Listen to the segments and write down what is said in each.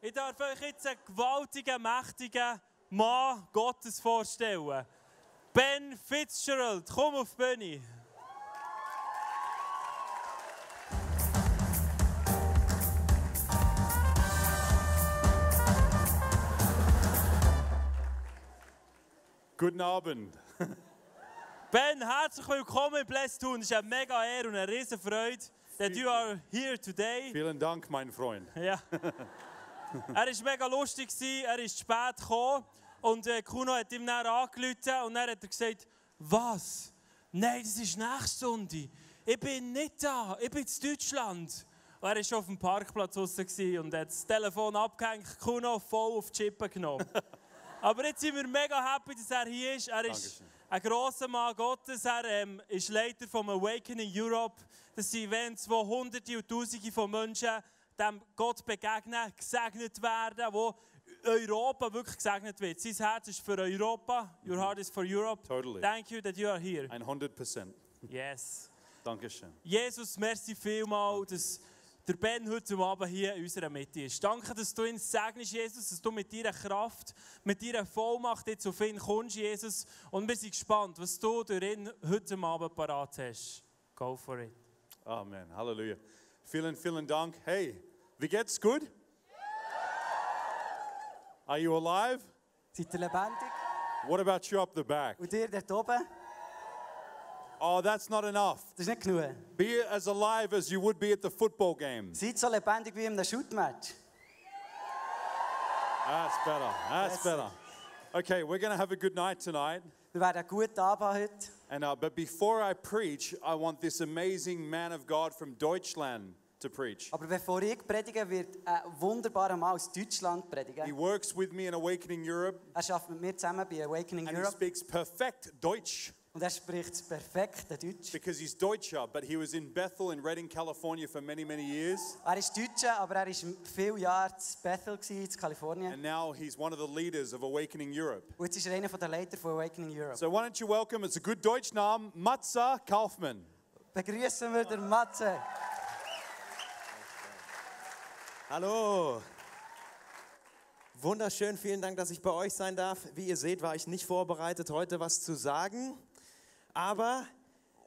Ich darf euch jetzt einen gewaltigen, mächtigen Mann Gottes vorstellen. Ben Fitzgerald, komm auf die Bühne. Guten Abend. Ben, herzlich willkommen in Blästun. Es ist eine mega Ehre und eine riesen Freude, that you are here today. Vielen Dank, mein Freund. Ja. er war mega lustig, gewesen, er ist zu spät gekommen und äh, Kuno hat ihm dann angerufen und dann hat er gesagt, was? Nein, das ist nächste Stunde. Ich bin nicht da, ich bin in Deutschland. Und er war schon auf dem Parkplatz draussen gewesen und hat das Telefon abgehängt, Kuno voll auf die Chippen genommen. Aber jetzt sind wir mega happy, dass er hier ist. Er ist Dankeschön. ein grosser Mann Gottes. Er ähm, ist Leiter vom Awakening Europe. Das sind Events, wo Hunderte und Tausende von Menschen dem Gott begegnen, gesegnet werden, wo Europa wirklich gesegnet wird. Sein Herz ist für Europa. Your heart is for Europe. Mhm. Totally. Thank you that you are here. 100%. Yes. Dankeschön. Jesus, merci vielmals, dass der Ben heute Abend hier in unserer Mitte ist. Danke, dass du ihn segnest, Jesus, dass du mit deiner Kraft, mit deiner Vollmacht jetzt auf ihn kommst, Jesus. Und wir sind gespannt, was du durch ihn heute Abend parat hast. Go for it. Amen. Halleluja. Vielen, vielen Dank. Hey, wie geht's? Gut? Are you alive? Seid ihr lebendig? What about you up the back? Und ihr dort oben? Oh, that's not enough. Das ist nicht genug. Be as alive as you would be at the football game. Seid so lebendig wie in einem Shootmatch. That's better. That's better. Okay, we're going to have a good night tonight. Wir werden einen guten Abend haben heute. And uh, but before I preach, I want this amazing man of God from Deutschland to preach. Aber bevor ich predige, wird ein wunderbarer Mann aus Deutschland He predigen. works with me in Awakening Europe, Er arbeitet mit mir zusammen bei Awakening and he Europe. speaks perfect Deutsch Und er spricht das perfekte Deutsch. because he's Deutscher. But he was in Bethel in Redding, California, for many many years, Er ist Deutscher, aber er war viele Jahre in Bethel, gewesen, in Kalifornien. and now he's one of the leaders of Awakening Europe. Und jetzt ist er einer der Leiter von Awakening Europe. So why don't you welcome? It's a good Deutsch name, Matza Kaufmann. Begrüßen wir den Matze. Hallo! Wunderschön, vielen Dank, dass ich bei euch sein darf. Wie ihr seht, war ich nicht vorbereitet, heute was zu sagen, aber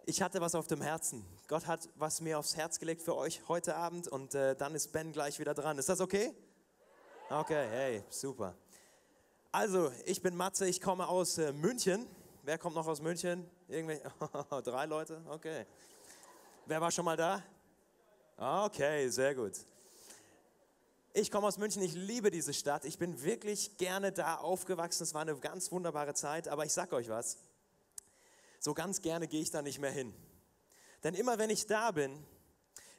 ich hatte was auf dem Herzen. Gott hat was mir aufs Herz gelegt für euch heute Abend und äh, dann ist Ben gleich wieder dran. Ist das okay? Okay, hey, super. Also, ich bin Matze, ich komme aus äh, München. Wer kommt noch aus München? Irgendwelche? Drei Leute? Okay. Wer war schon mal da? Okay, sehr gut. Ich komme aus München, ich liebe diese Stadt. Ich bin wirklich gerne da aufgewachsen. Es war eine ganz wunderbare Zeit, aber ich sag euch was. So ganz gerne gehe ich da nicht mehr hin. Denn immer wenn ich da bin,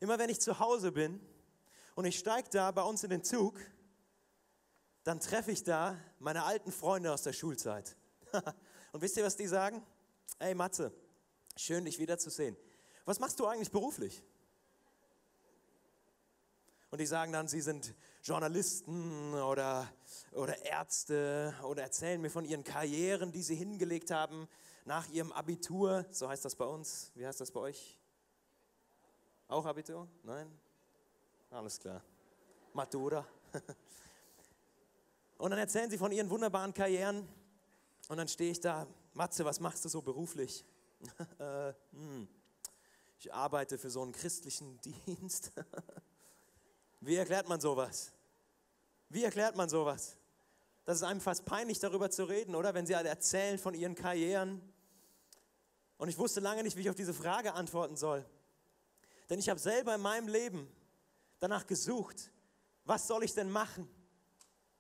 immer wenn ich zu Hause bin und ich steige da bei uns in den Zug, dann treffe ich da meine alten Freunde aus der Schulzeit. und wisst ihr, was die sagen? Hey Matze, schön dich wiederzusehen. Was machst du eigentlich beruflich? Und die sagen dann, sie sind Journalisten oder, oder Ärzte oder erzählen mir von ihren Karrieren, die sie hingelegt haben nach ihrem Abitur. So heißt das bei uns. Wie heißt das bei euch? Auch Abitur? Nein? Alles klar. Matura. Und dann erzählen sie von ihren wunderbaren Karrieren. Und dann stehe ich da, Matze, was machst du so beruflich? äh, hm. Ich arbeite für so einen christlichen Dienst. Wie erklärt man sowas? Wie erklärt man sowas? Das ist einem fast peinlich, darüber zu reden, oder? Wenn sie alle erzählen von ihren Karrieren. Und ich wusste lange nicht, wie ich auf diese Frage antworten soll. Denn ich habe selber in meinem Leben danach gesucht, was soll ich denn machen?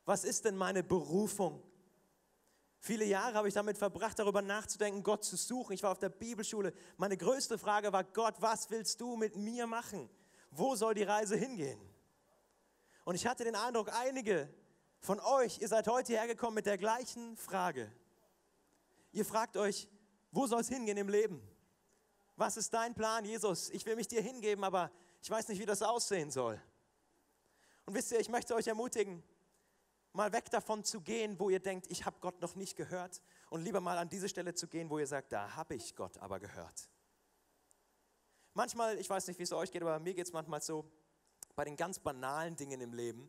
Was ist denn meine Berufung? Viele Jahre habe ich damit verbracht, darüber nachzudenken, Gott zu suchen. Ich war auf der Bibelschule. Meine größte Frage war, Gott, was willst du mit mir machen? Wo soll die Reise hingehen? Und ich hatte den Eindruck, einige von euch, ihr seid heute hergekommen mit der gleichen Frage. Ihr fragt euch, wo soll es hingehen im Leben? Was ist dein Plan, Jesus? Ich will mich dir hingeben, aber ich weiß nicht, wie das aussehen soll. Und wisst ihr, ich möchte euch ermutigen, mal weg davon zu gehen, wo ihr denkt, ich habe Gott noch nicht gehört, und lieber mal an diese Stelle zu gehen, wo ihr sagt, da habe ich Gott aber gehört. Manchmal, ich weiß nicht, wie es euch geht, aber mir geht es manchmal so, bei den ganz banalen Dingen im Leben,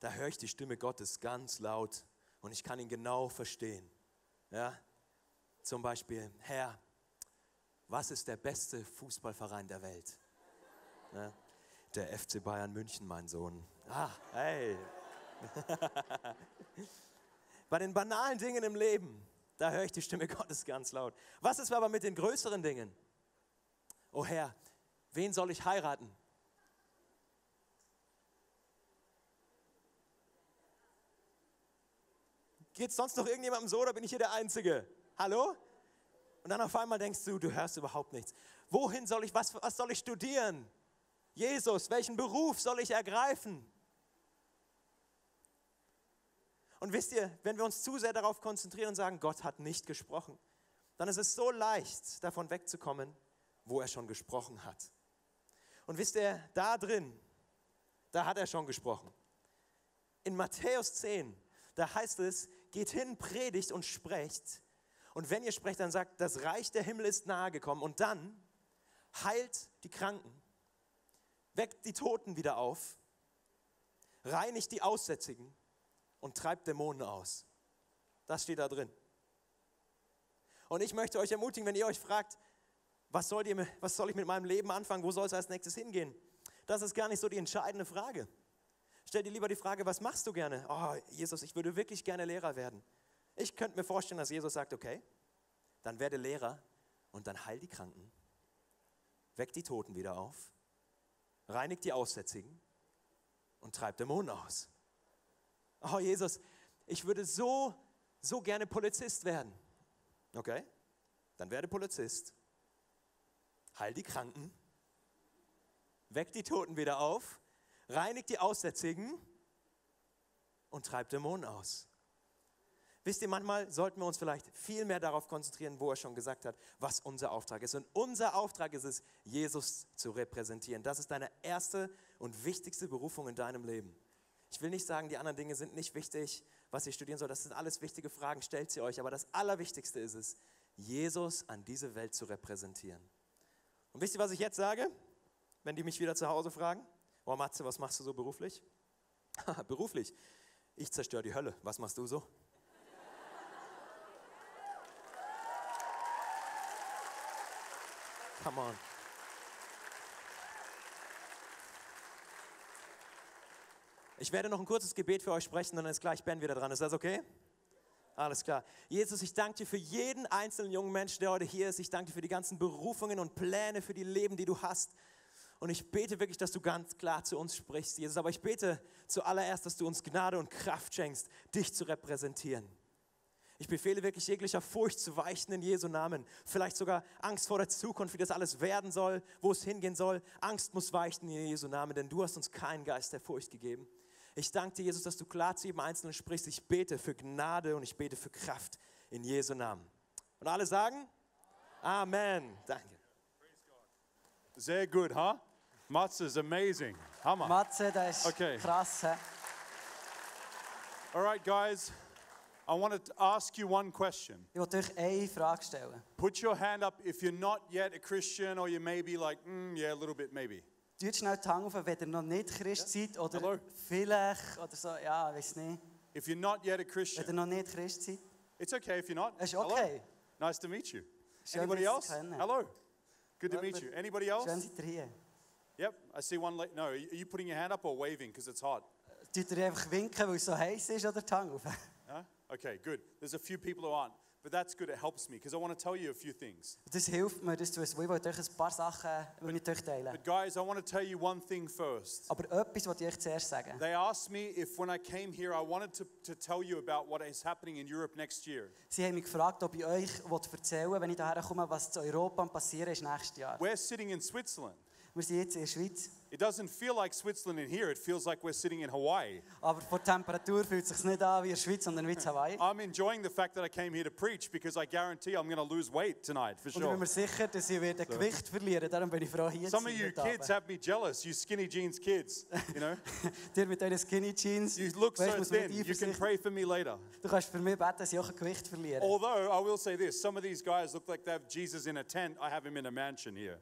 da höre ich die Stimme Gottes ganz laut und ich kann ihn genau verstehen. Ja? Zum Beispiel, Herr, was ist der beste Fußballverein der Welt? Ja? Der FC Bayern München, mein Sohn. Ah, hey. Bei den banalen Dingen im Leben, da höre ich die Stimme Gottes ganz laut. Was ist aber mit den größeren Dingen? O Herr, wen soll ich heiraten? Geht sonst noch irgendjemandem so oder bin ich hier der Einzige? Hallo? Und dann auf einmal denkst du, du hörst überhaupt nichts. Wohin soll ich, was, was soll ich studieren? Jesus, welchen Beruf soll ich ergreifen? Und wisst ihr, wenn wir uns zu sehr darauf konzentrieren und sagen, Gott hat nicht gesprochen, dann ist es so leicht, davon wegzukommen, wo er schon gesprochen hat. Und wisst ihr, da drin, da hat er schon gesprochen. In Matthäus 10, da heißt es, geht hin, predigt und sprecht. Und wenn ihr sprecht, dann sagt, das Reich der Himmel ist nahe gekommen. Und dann heilt die Kranken, weckt die Toten wieder auf, reinigt die Aussätzigen und treibt Dämonen aus. Das steht da drin. Und ich möchte euch ermutigen, wenn ihr euch fragt, was, sollt ihr, was soll ich mit meinem Leben anfangen, wo soll es als nächstes hingehen? Das ist gar nicht so die entscheidende Frage. Stell dir lieber die Frage, was machst du gerne? Oh, Jesus, ich würde wirklich gerne Lehrer werden. Ich könnte mir vorstellen, dass Jesus sagt, okay, dann werde Lehrer und dann heil die Kranken, weck die Toten wieder auf, reinigt die Aussätzigen und treibt Dämonen aus. Oh Jesus, ich würde so, so gerne Polizist werden. Okay, dann werde Polizist. Heil die Kranken. Weck die Toten wieder auf. Reinigt die Aussätzigen. Und treibt Dämonen aus. Wisst ihr, manchmal sollten wir uns vielleicht viel mehr darauf konzentrieren, wo er schon gesagt hat, was unser Auftrag ist. Und unser Auftrag ist es, Jesus zu repräsentieren. Das ist deine erste und wichtigste Berufung in deinem Leben. Ich will nicht sagen, die anderen Dinge sind nicht wichtig, was ihr studieren sollt. Das sind alles wichtige Fragen, stellt sie euch. Aber das Allerwichtigste ist es, Jesus an diese Welt zu repräsentieren. Und wisst ihr, was ich jetzt sage? Wenn die mich wieder zu Hause fragen, oh Matze, was machst du so beruflich? beruflich, ich zerstöre die Hölle. Was machst du so? Come on. Ich werde noch ein kurzes Gebet für euch sprechen, dann ist gleich Ben wieder dran. Ist das okay? Alles klar. Jesus, ich danke dir für jeden einzelnen jungen Menschen, der heute hier ist. Ich danke dir für die ganzen Berufungen und Pläne für die Leben, die du hast. Und ich bete wirklich, dass du ganz klar zu uns sprichst, Jesus. Aber ich bete zuallererst, dass du uns Gnade und Kraft schenkst, dich zu repräsentieren. Ich befehle wirklich jeglicher Furcht zu weichen in Jesu Namen. Vielleicht sogar Angst vor der Zukunft, wie das alles werden soll, wo es hingehen soll. Angst muss weichen in Jesu Namen, denn du hast uns keinen Geist der Furcht gegeben. Ich danke dir, Jesus, dass du klar zu jedem Einzelnen sprichst. Ich bete für Gnade und ich bete für Kraft in Jesu Namen. Und alle sagen? Amen. Danke. Sehr gut, huh? Matze's amazing. Hammer. Matze, das ist Okay. krass. hä? All right, guys, I want to ask you one question. Ich wollte euch eine Frage stellen. Put your hand up if you're not yet a Christian or you may be like, mm, yeah, a little bit maybe. Tut schnell die Hand auf, wenn ihr noch nicht Christ seid oder Hallo. vielleicht oder so, ja, weiß nicht. If you're not yet a Wenn ihr Christian, noch nicht Christ seid, it's okay if you're not. ist Hello. okay. Nice to meet you. Schön, Anybody euch zu else? kennen. Hello. Good to Well, meet but- you. Anybody Schön, else? seid ihr hier. Yep, I see one. La- no, are you putting your hand up or waving because it's hot? Tut ihr einfach winken, weil es so heiß ist oder die Hand auf? Huh? Okay, good. There's a few people who aren't, but that's good. It helps me because I want to tell you a few things. Das hilft mir, das zu wissen. weil Ich wollte euch ein paar Sachen mit euch teilen. But guys, I want to tell you one thing first. Aber etwas wollte ich euch zuerst sagen. They asked me if when I came here, I wanted to, to tell you about what is happening in Europe next year. Sie haben mich gefragt, ob ich euch wollte erzählen will, wenn ich hierher komme, was zu Europa am passieren ist nächstes Jahr. We're sitting in Switzerland. Wir sind jetzt in der Schweiz, It doesn't feel like Switzerland in here. It feels like we're sitting in Hawaii. aber von der Temperatur fühlt es sich nicht an wie in der Schweiz, sondern wie in Hawaii. I'm enjoying the fact that I came here to preach because I guarantee I'm going to lose weight tonight for Und ich bin sure. mir sicher, dass ich werde Gewicht verlieren Darum bin ich froh, hier Some zu of sein. you heute Abend. kids have me jealous. You skinny jeans kids, you know. Dir mit deinen Skinny Jeans. You look Weißt, so muss man thin. nicht You can eifersüchtig- pray Oh. for me later. Du kannst für mich beten, dass ich auch ein Gewicht verliere. Although I will say this, some of these guys look like they have Jesus in a tent. I have him in a mansion here.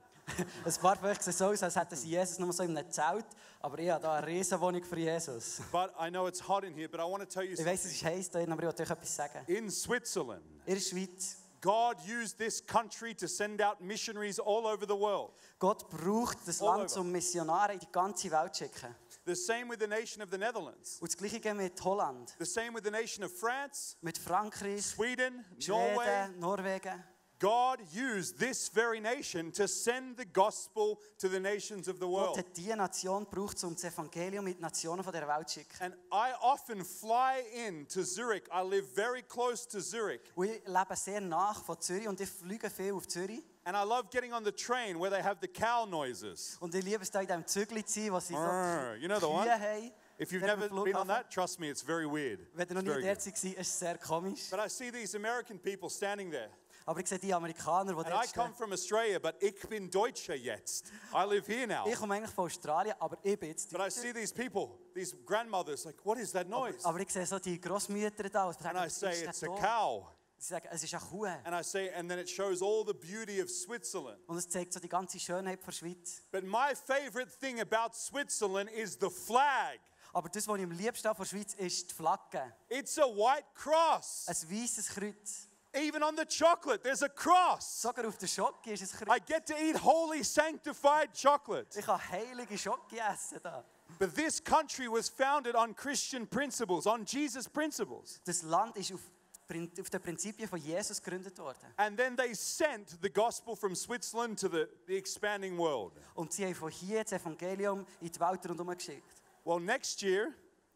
Ein paar von euch sehen so aus, als hätten sie Jesus nur so in einem Zelt. Aber ich habe hier eine Riesenwohnung für Jesus. But I know it's hot in here, but I want to tell you Ich weiss, es something. ist heiß da drin, aber ich wollte euch etwas sagen. In Switzerland, In der Schweiz, God used this country to send out missionaries all over the world. Gott braucht das All Land, over. um Missionare in die ganze Welt zu schicken. The same with the nation of the Netherlands. Und das Gleiche gilt mit Holland, The same with the nation of France, mit Frankreich, Sweden, Norway. Schweden, Norwegen. God used this very nation to send the gospel to the nations of the Gott world. hat diese Nation gebraucht, um das Evangelium in die Nationen der Welt zu schicken. And I often fly in to Zurich. I live very close to Zurich. Und ich lebe sehr nach von Zürich und ich fliege viel auf Zürich. And I love getting on the train where they have the cow noises. Und ich liebe es, da in diesem Zügel zu sein, was sie so Brrr, Ah, you know the one? Kühe haben. If you've Dort am never been on Flughafen. that, trust me, it's very weird. Wenn ihr noch It's nie very dort good. wart, ist es sehr komisch. But I see these American people standing there. Aber ich sehe die Amerikaner, die And I dort come stehen. from Australia, but ich bin Deutscher jetzt. I live here now. Ich komme eigentlich von Australien, aber ich bin jetzt But I Deutscher. see these people, these grandmothers, like, what is that noise? Aber ich sehe so die Großmütter da und And sagen, I was say, ist it's das a da? cow. Sie sagen, es ist eine Kuh. And I say, and then it shows all the beauty of Switzerland. Und es zeigt so die ganze Schönheit der Schweiz. But my favorite thing about Switzerland is the flag. Aber dus das, was ich am liebsten habe von der Schweiz, ist die Flagge. It's a white cross. Ein weißes Kreuz. Even on the chocolate, there's a cross. Sogar auf der Schocke ist ein I Kreuz. get to eat holy, sanctified chocolate. Ich kann heilige Schocke essen da. But this country was founded on Christian principles, on Jesus' principles. Das Dus Land ist auf, Prin- auf den Prinzipien von Jesus gegründet worden. And then they sent the gospel from Switzerland to the, the expanding world. Und sie haben von hier das Evangelium in die Welt rundherum geschickt. Well, next year,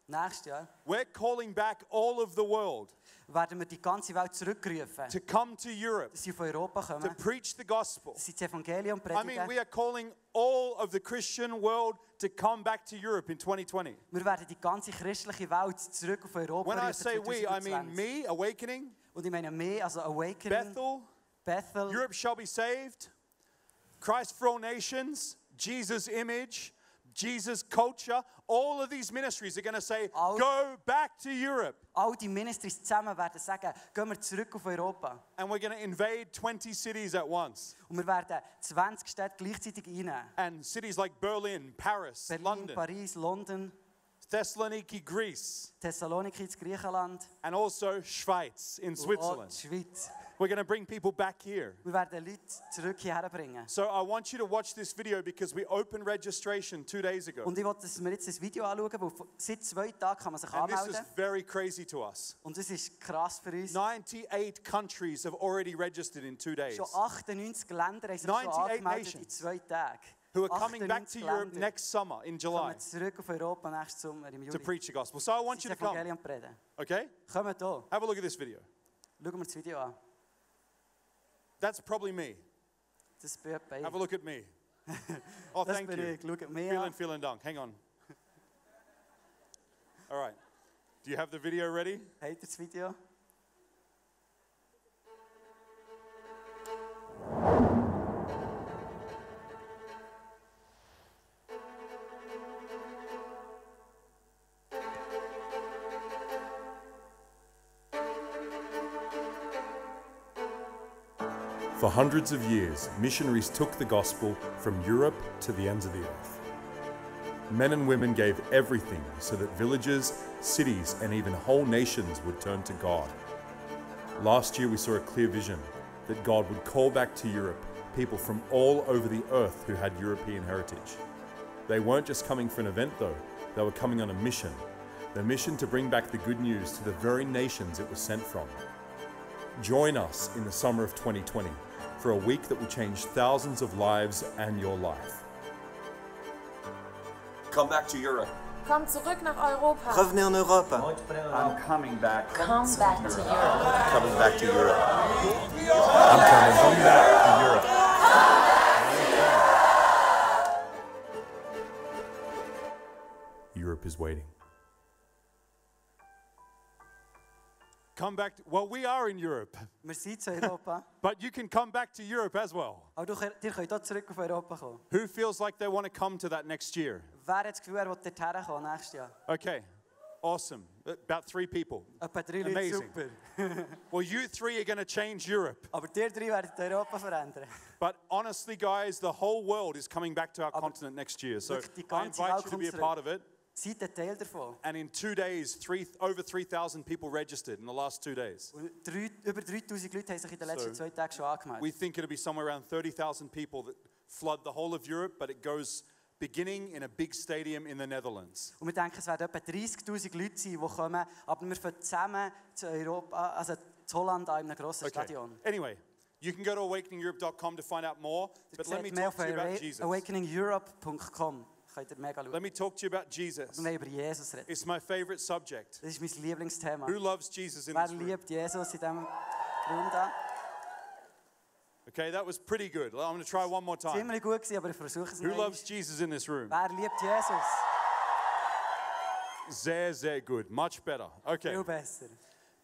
Nächstes Jahr we're calling back all of the world werden wir die ganze Welt zurückrufen, to come to Europe dass sie von Europa to kommen, preach the gospel. dass sie das Evangelium I mean, predigen. we are calling all of the Christian world to come back to Europe in 2020. wir werden die ganze christliche Welt zurück auf Europa When I rufen say we, I mean 2020. me, Awakening, Und ich meine mehr, also Awakening, Bethel, Bethel, Europe Shall Be Saved, Christ for All Nations, Jesus Image, Jesus Culture. All of these ministries are going to say, All- go back to Europe. all die Ministries zusammen werden sagen, gehen wir zurück auf Europa. And we're going to invade 20 cities at once. Und wir werden 20 Städte gleichzeitig einnehmen. And cities like Berlin, Paris, Berlin, London, Paris, London, Thessaloniki, Greece, Thessaloniki, in Griechenland and also Schweiz in und auch Switzerland. die Schweiz. We're going to bring people back here. Wir werden Leute zurück hierher bringen. So I want you to watch this video because we opened registration two days ago. Und ich wollte, dass wir jetzt das Video anschauen, weil seit zwei Tagen kann man sich And this is anmelden. very crazy to us. Und das ist krass für uns. 98 countries have already registered in two days Schon 98 Länder haben sich schon 98 angemeldet in nations. zwei Tagen. who are coming back to 98 Europe Länder next summer in July kommen zurück auf Europa nächsten Sommer im Juli. to preach the gospel. So I want Das you to come, Evangelium predigen. okay? Kommt hier, Have a look at this video. schauen wir das Video an. That's probably me. Das bin etwa ich. Have a look at me. Oh, das thank bin you. ich. Schaut mich Feeling, an. feeling dunk. Hang on. All right. Do you have the video ready? Habt ihr das Video? For hundreds of years, missionaries took the gospel from Europe to the ends of the earth. Men and women gave everything so that villages, cities, and even whole nations would turn to God. Last year, we saw a clear vision that God would call back to Europe people from all over the earth who had European heritage. They weren't just coming for an event, though, they were coming on a mission the mission to bring back the good news to the very nations it was sent from. Join us in the summer of 2020 for a week that will change thousands of lives and your life. Come back to Europe. Komm zurück nach Europa. Revenez en Europe. I'm coming back. Come back to Europe. Coming back to Europe. Come back to Europe. Europe is waiting. Come back. To, well, we are in Europe, Wir sind zu Europa. but you can come back to Europe as well. Aber du, ihr könnt auch zurück auf Europa kommen. Who feels like they want to come to that next year? Wer hat das Gefühl, er will dort herkommen nächstes Jahr? Okay. Awesome. Uh, About three people. Etwa drei Leute, Amazing. super. Well, you three are going to change Europe. Aber die drei werden Europa verändern. But honestly, guys, the whole world is coming back to our continent next year. So Look, die I ganze invite Welt you to be a kommt part of it. Seid ein Teil davon. And in two days, three, over 3,000 people registered in the last two days. Und drei, über 3000 Leute haben sich in den letzten So, zwei Tagen schon angemeldet. We think it'll be somewhere around 30,000 people that flood the whole of Europe, but it goes beginning in a big stadium in the Netherlands. Und wir denken, es werden etwa 30.000 Leute sein, die kommen. Aber wir fangen zusammen zu Europa, also zu Holland an einem grossen Stadion. Anyway, you can go to awakeningeurope.com to find out more, but let me Seht mehr talk auf to you about Jesus. awa- awakeningeurope.com. Könnt ihr mega Let schauen. me talk to you about Jesus. Wir wollen über Jesus reden. It's my favorite subject. Das ist mein Lieblingsthema. Who loves Jesus in Wer this room? liebt Jesus in diesem Runde? Okay, that was pretty good. I'm going to try one more time. Ziemlich gut gewesen, aber ich versuche es Who noch. loves Jesus in this room? Wer liebt Jesus? Sehr, sehr good. Much better. Okay. Viel besser.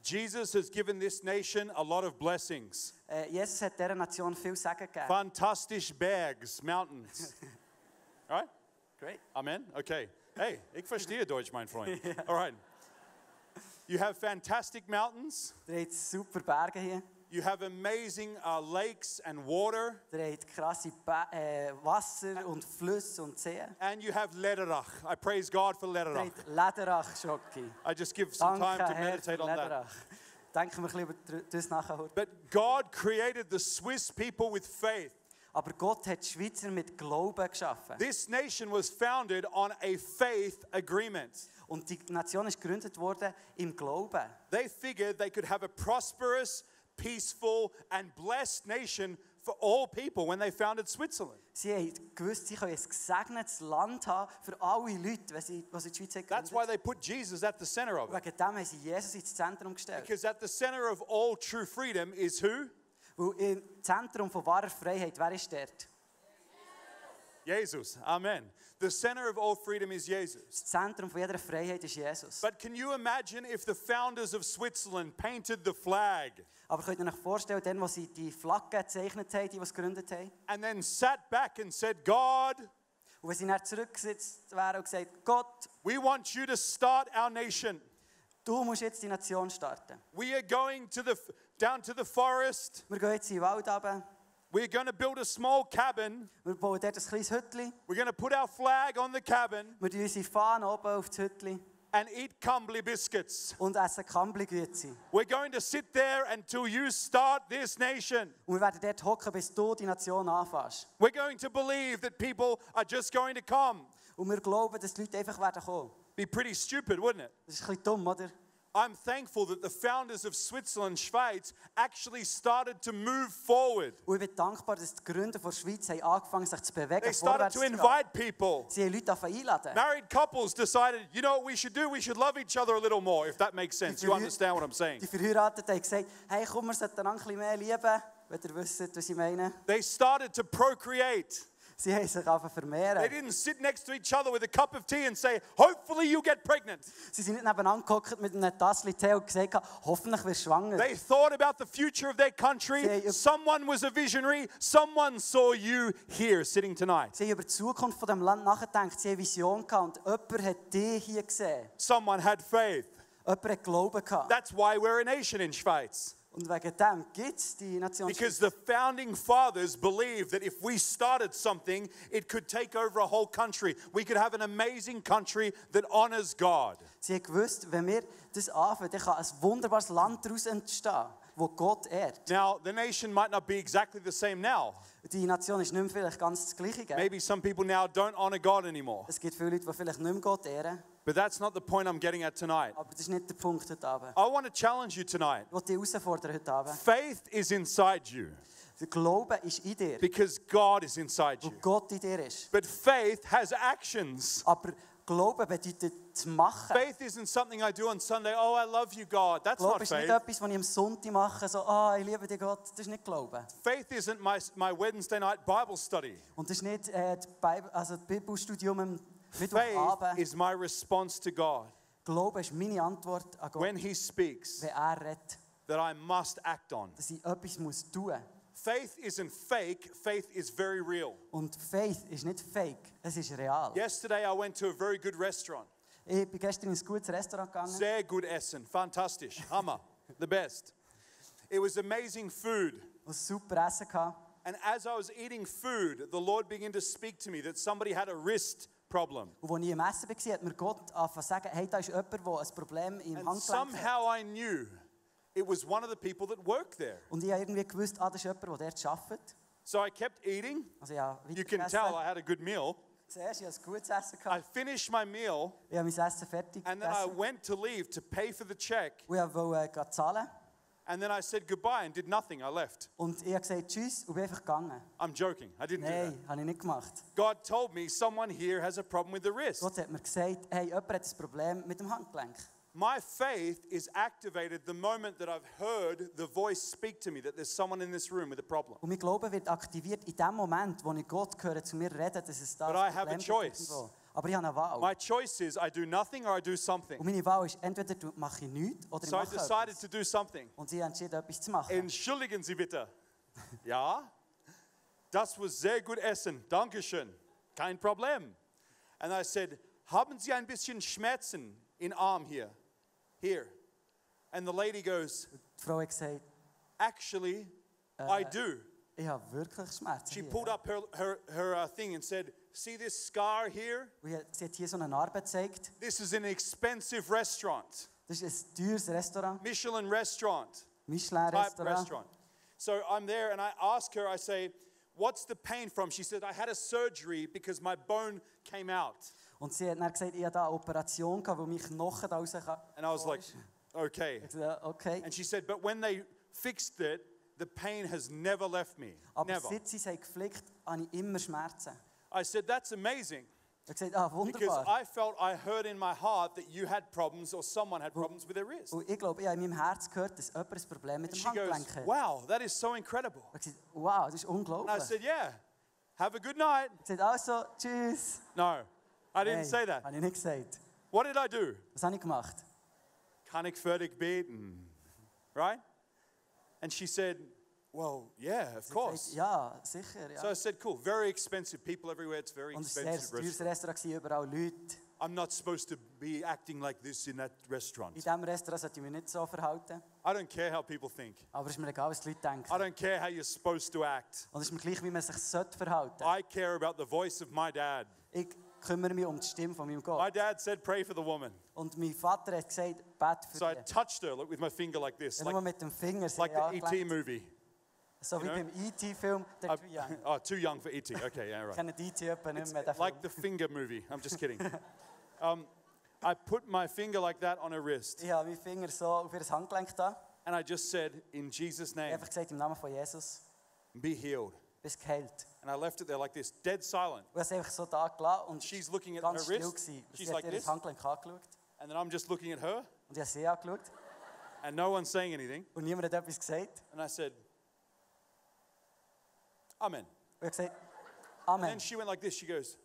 Jesus has given this nation a lot of blessings. Äh, Jesus hat dieser Nation viel Segen gegeben. Fantastisch Bergs, mountains. All right? Great. Amen? Okay. Hey, ich verstehe Deutsch, mein Freund. All right. You have fantastic mountains. Ihr habt super Berge hier. You have amazing uh, lakes and water. Ihr habt krasse Ba- äh, Wasser und Flüsse und Seen. And you have Lederach. I praise God for Ihr Lederach. habt Lederach-Schocke. I just give some time Danke, to Herr, für meditate on that. Lederach. Denken wir ein bisschen über das nachher. heute. But God created the Swiss people with faith. Aber Gott hat die Schweizer mit Glauben geschaffen. This nation was founded on a faith agreement. Und die Nation ist gegründet worden im Glauben. They figured they could have a prosperous, peaceful, and blessed nation for all people when they founded Switzerland. Sie haben gewusst, sie können ein gesegnetes Land haben für alle Leute, wenn sie, die sie in die Schweiz That's gegründet why haben. they put Jesus at the center of it. Wegen dem haben sie Jesus ins Zentrum gestellt. Because at the center of all true freedom is who? Weil im Zentrum von wahrer Freiheit, wer ist dort? Jesus. Amen. The center of all freedom is Jesus. Das Zentrum von jeder Freiheit ist Jesus. But can you imagine if the founders of Switzerland painted the flag Aber könnt ihr euch vorstellen, dann, wo sie die Flagge gezeichnet haben, die, die es gegründet haben, and then sat back and said, God, und wenn sie dann zurückgesetzt wären und gesagt Gott, we want you to start our nation. du musst jetzt die Nation starten. We are going to the f- down to the forest. Wir gehen jetzt in den Wald runter, We're going to build a small cabin. wir bauen dort ein kleines Hütchen, We're going to put our flag on the cabin wir tun unsere Fahne oben auf das Hütchen and eat Cumbly biscuits. und essen Kambli-Güezi. We're going to sit there until you start this nation. Und wir werden dort hocken, bis du die Nation anfasst. We're going to believe that people are just going to come. Und wir glauben, dass die Leute einfach werden kommen. Be pretty stupid, wouldn't it? Das ist ein bisschen dumm, oder? I'm thankful that the founders of Switzerland, Schweiz, actually started to move forward. Und ich bin dankbar, dass die Gründer der Schweiz haben angefangen sich zu bewegen, They started vorwärts to zu gehen. invite people. Sie haben Leute angefangen einladen. Married couples decided, you know what we should do? We should love each other a little more, if that makes sense. You verheu- understand what I'm saying? Die Verheirateten haben gesagt, hey komm, wir sollten einander ein bisschen mehr lieben, wenn ihr wisst, was ich meine. They started to procreate. Sie haben sich einfach They vermehren. didn't sit next to each other with a cup of tea and say, hopefully you get pregnant. Sie sind nicht nebeneinander gehockt mit einem Tassel Tee und gesagt, hoffentlich wirst du schwanger. They thought about the future of their country. Say, uh, Someone was a visionary. Someone saw you here sitting tonight. Sie haben über die Zukunft von dem Land nachgedacht, sie haben Vision gehabt und jemand hat dich hier gesehen. Someone had faith. Jemand hat Glauben gehabt. That's why we're a nation in Schweiz. Und wegen dem gibt es die Nation Because the founding fathers believed that if we started something, it could take over a whole country. We could have an amazing country that honors God. Sie haben gewusst, wenn wir das anfangen, dann kann ein wunderbares Land daraus entstehen, wo Gott ehrt. Now, the nation might not be exactly the same now. Die Nation ist nicht mehr vielleicht ganz das Gleiche. gell? Maybe some people now don't honor God anymore. Es gibt viele Leute, die vielleicht nicht mehr Gott ehren, But that's not the point I'm getting at tonight. aber das ist nicht der Punkt heute Abend. I want to challenge you tonight. Ich will dich herausfordern heute Abend. Faith is inside you Der Glaube ist in dir, because God is inside wo you. Gott in dir ist. But faith has actions. Aber Glauben bedeutet zu machen. Faith isn't something I do on Sunday. Oh, I love you, God. That's Glaube not ist nicht faith. etwas, was ich am Sonntag mache, so, ah, ich liebe dich Gott. Das ist nicht Glauben. Faith isn't my, my Wednesday night Bible study. Und das ist nicht äh, das Bibel, also das Bibelstudium am Faith Mittwochabend. is my response to God Glauben ist meine Antwort an Gott, when He speaks wenn er redet. that I must act on. dass ich etwas muss tun muss. Faith isn't fake, faith is very real. Und Faith ist nicht fake, es ist real. Yesterday, I went to a very good restaurant. Ich bin gestern in ein gutes Restaurant gegangen. Sehr gut essen. Fantastisch. Hammer. The best. It was amazing food. und super Essen gehabt. And as I was eating food, the Lord began to speak to me that somebody had a wrist problem. Und als ich am Essen war, hat mir Gott angefangen zu sagen, hey, da ist jemand, der ein Problem im And Handgelenk hat. somehow I knew it was one of the people that worked there. Und ich habe irgendwie gewusst, ah, das ist jemand, der dort arbeitet. So I kept eating. Also ich habe You can tell weitergegessen. I had a good meal. Zuerst, ich habe ein gutes Essen I gehabt. finished my meal Ich habe mein Essen fertig and then I gegessen. went to leave to pay for the check. Und ich wollte äh, gehen zahlen. And then I said goodbye and did nothing. I left. Und ich habe gesagt, tschüss, und bin einfach gegangen. I'm joking. I didn't do that. Nein, habe ich nicht gemacht. God told me someone here has a problem with the wrist. Gott hat mir gesagt, hey, jemand hat ein Problem mit dem Handgelenk. My faith is activated the moment that I've heard the voice speak to me that there's someone in this room with a problem. Und mein Glaube wird aktiviert in dem Moment, wo ich Gott höre, zu mir reden, dass es da But ein I have a Problem gibt choice. irgendwo. Aber ich habe eine Wahl. My choice is I do nothing or I do Und something. meine Wahl ist, entweder du- mache ich nichts oder ich So I mache etwas. decided to do something. Und sie haben entschieden, etwas zu machen. Entschuldigen Sie bitte. Ja? Das war sehr gut essen. Dankeschön. Kein Problem. And I said, haben Sie ein bisschen Schmerzen in Arm hier? Here. And the lady goes, die Frau hat gesagt, actually, I do. ich habe wirklich Schmerzen. She hier. pulled up her, her, her uh, thing and said, See this scar here? Und ich- sie hat hier so eine Narbe gezeigt. This is an expensive restaurant, Das ist ein teures Restaurant, Michelin restaurant, type Michelin-Restaurant. restaurant. So I'm there and I ask her, I say, What's the pain from? She said, I had a surgery because my bone came out. Und sie hat dann gesagt, ich habe da eine Operation gehabt, wo mein Knochen da raus kam. And I was like, Okay. Ich sagte, okay. And she said, But when they fixed it, the pain has never left me. Aber Never. seit sie es haben geflickt habe ich immer Schmerzen. I said, That's amazing Ich habe gesagt, ah, because wunderbar. I felt I heard in my heart that you had problems or someone had problems with their wrist. Und ich glaube, ich habe in meinem Herz gehört, dass jemand ein Problem mit And dem she goes, Handgelenk hat. Wow, that is so incredible. Ich habe gesagt, wow, das ist And I unglaublich. said, Yeah, have a good night. Ich habe gesagt, also, tschüss. No, I didn't Nein, say that. Habe ich nicht gesagt. What did I do? Was habe ich gemacht? Kann ich fertig beten? Right? And she said, Well, yeah, of Ich course. sagte, Ja, sicher. Ja. So I said, Cool, very expensive. People everywhere, it's very Und es war ein sehr expensive. teures Restaurant. Restaurant, gewesen, überall Leute. I'm not supposed to be acting like this in that In restaurant. diesem Restaurant sollte ich mich nicht so verhalten. I don't care how people think. Aber es ist mir egal, was die Leute denken. I Und don't care how you're supposed to act. es ist mir gleich, wie man sich sollte verhalten I care about the voice of my dad. Ich kümmere mich um die Stimme von meinem My Gott. dad said, Pray for the woman. Und mein Vater hat gesagt, bet So I für dich. touched her like, with my finger like this, Ja, like, nur mit dem Finger sie like the angelenkt. E.T. movie. So wie E you know? beim E.T.-Film. Der I- Triangle. oh, too young for E.T. Okay, yeah, Ich right. kenne die E.T. etwa nicht mehr. Den Like Film. the finger movie. I'm just kidding. Um, I put my finger like that on her wrist Ich habe meinen Finger so auf ihr Handgelenk da. and I just said, In Jesus' Ich habe name, einfach gesagt, im Namen von Jesus, be healed. bist geheilt. And I left it there like this, dead silent. Und ich habe es einfach so da gelassen und She's looking at her ganz still wrist. gewesen. Sie She's hat like ihr this. Handgelenk angeschaut. And then I'm just looking at her Und ich habe sie angeschaut. and no one's saying anything. Und niemand hat etwas gesagt. And I said, Amen. Und ich habe gesagt, And Amen. then she went like this. She goes,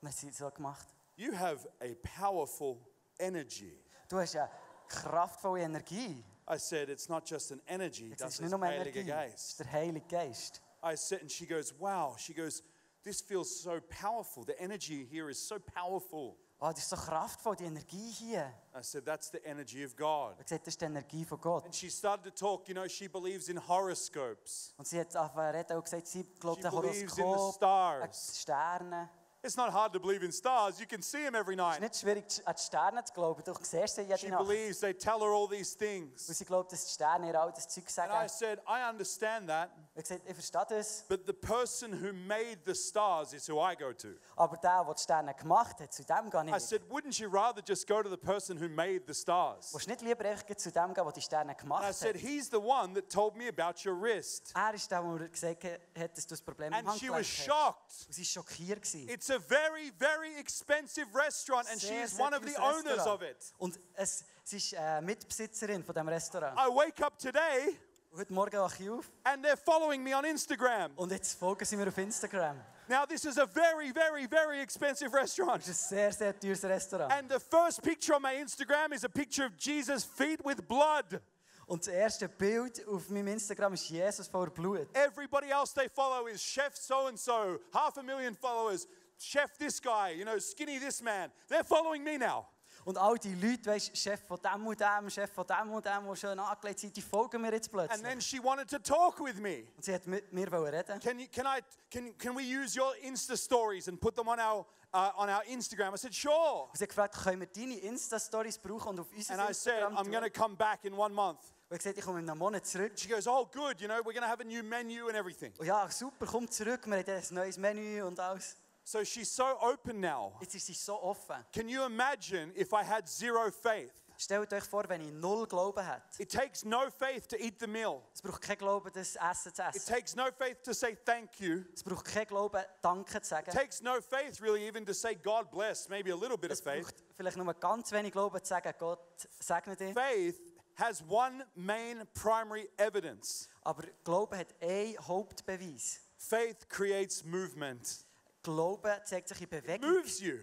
Und hat sie so gemacht. You have a powerful energy. Du hast ja kraftvolle Energie. I said, It's not just an energy, Ich sage, Es that's ist a nicht nur Energie, Heiliger es Geist. ist der Heilige Geist. I sit and she goes, Wow. She goes, This feels so powerful. The energy here is so powerful. Oh, das ist so kraftvoll, die Energie hier. I said, That's the energy of God. Er sagt, das ist die Energie von Gott. And she started to talk. You know, she believes in horoscopes. Und sie hat angefangen zu reden und gesagt, sie glaubt She an believes in the Horoskop, an die stars. Sterne. It's not hard to believe in stars. You can see them every Es ist night. nicht schwierig, an die Sterne zu glauben. Du siehst She sie jede Nacht. Und believes they tell her all these things. sie glaubt, dass die Sterne ihr all das Zeug And I sagen. said, I understand that, Er sagt, ich verstehe das. but the person who made the stars is who I go to. Aber der, der die Sterne gemacht hat, zu dem gehe I ich nicht. said, Wouldn't you rather just go to the person who made the stars? Willst du nicht lieber einfach zu dem gehen, der die Sterne gemacht And I hat? said, He's the one that told me about your wrist. Er ist der, der gesagt hat, dass du das Problem im And she Handgelenk was hast. shocked. Und sie war schockiert. gewesen. It's a very, very expensive restaurant, and she Sehr, is sehr one of teures the owners of Restaurant. it. Und es, sie ist äh, Mitbesitzerin von diesem Restaurant. I wake up today, Heute Morgen wache ich auf and they're following me on Instagram. und jetzt folgen sie mir auf Instagram. Now, this is a very, very, very expensive Das restaurant. ist ein sehr, sehr teures Restaurant. And the first picture on my Instagram is a picture of Jesus' feet with blood. und das erste Bild auf meinem Instagram ist Jesus vor Blut. Everybody else they follow is Chef so and so, half a million followers, Chef this guy, you know, skinny this man. They're following me now. Und all die Leute, weißt, Chef von dem und dem, Chef von dem und dem, die schön angelegt sind, die folgen mir jetzt And plötzlich. then she wanted to talk with me. Und sie hat mit mir wollen reden. Can, you, can, I, can, can we use your Insta stories and put them on our, uh, on our Instagram? I said, sure. Und sie hat gefragt, können wir deine Insta-Stories brauchen und auf unser And I said, Instagram I'm tun? going to come back in one month. Und ich sagte, ich komme in einem Monat zurück. She goes, oh, good. You know, we're going to have a new menu and everything. Und ja, super, komm zurück, wir haben ein neues Menü und alles. So she's so open now. Jetzt ist sie so offen. Can you imagine if I had zero faith? Stellt euch vor, wenn ich null Glauben hätte. It takes no faith to eat the meal. Es braucht kein Glauben, das Essen zu It essen. takes no faith to say thank you. Es braucht kein Glauben, Danke zu It sagen. takes no faith, really, even to say God bless, maybe a little bit of Es faith. braucht vielleicht nur ganz wenig Glauben zu sagen, Gott segne dich. Faith has one main primary evidence Aber Glauben hat einen Hauptbeweis. faith creates movement, Glauben zeigt sich in Bewegung. moves you.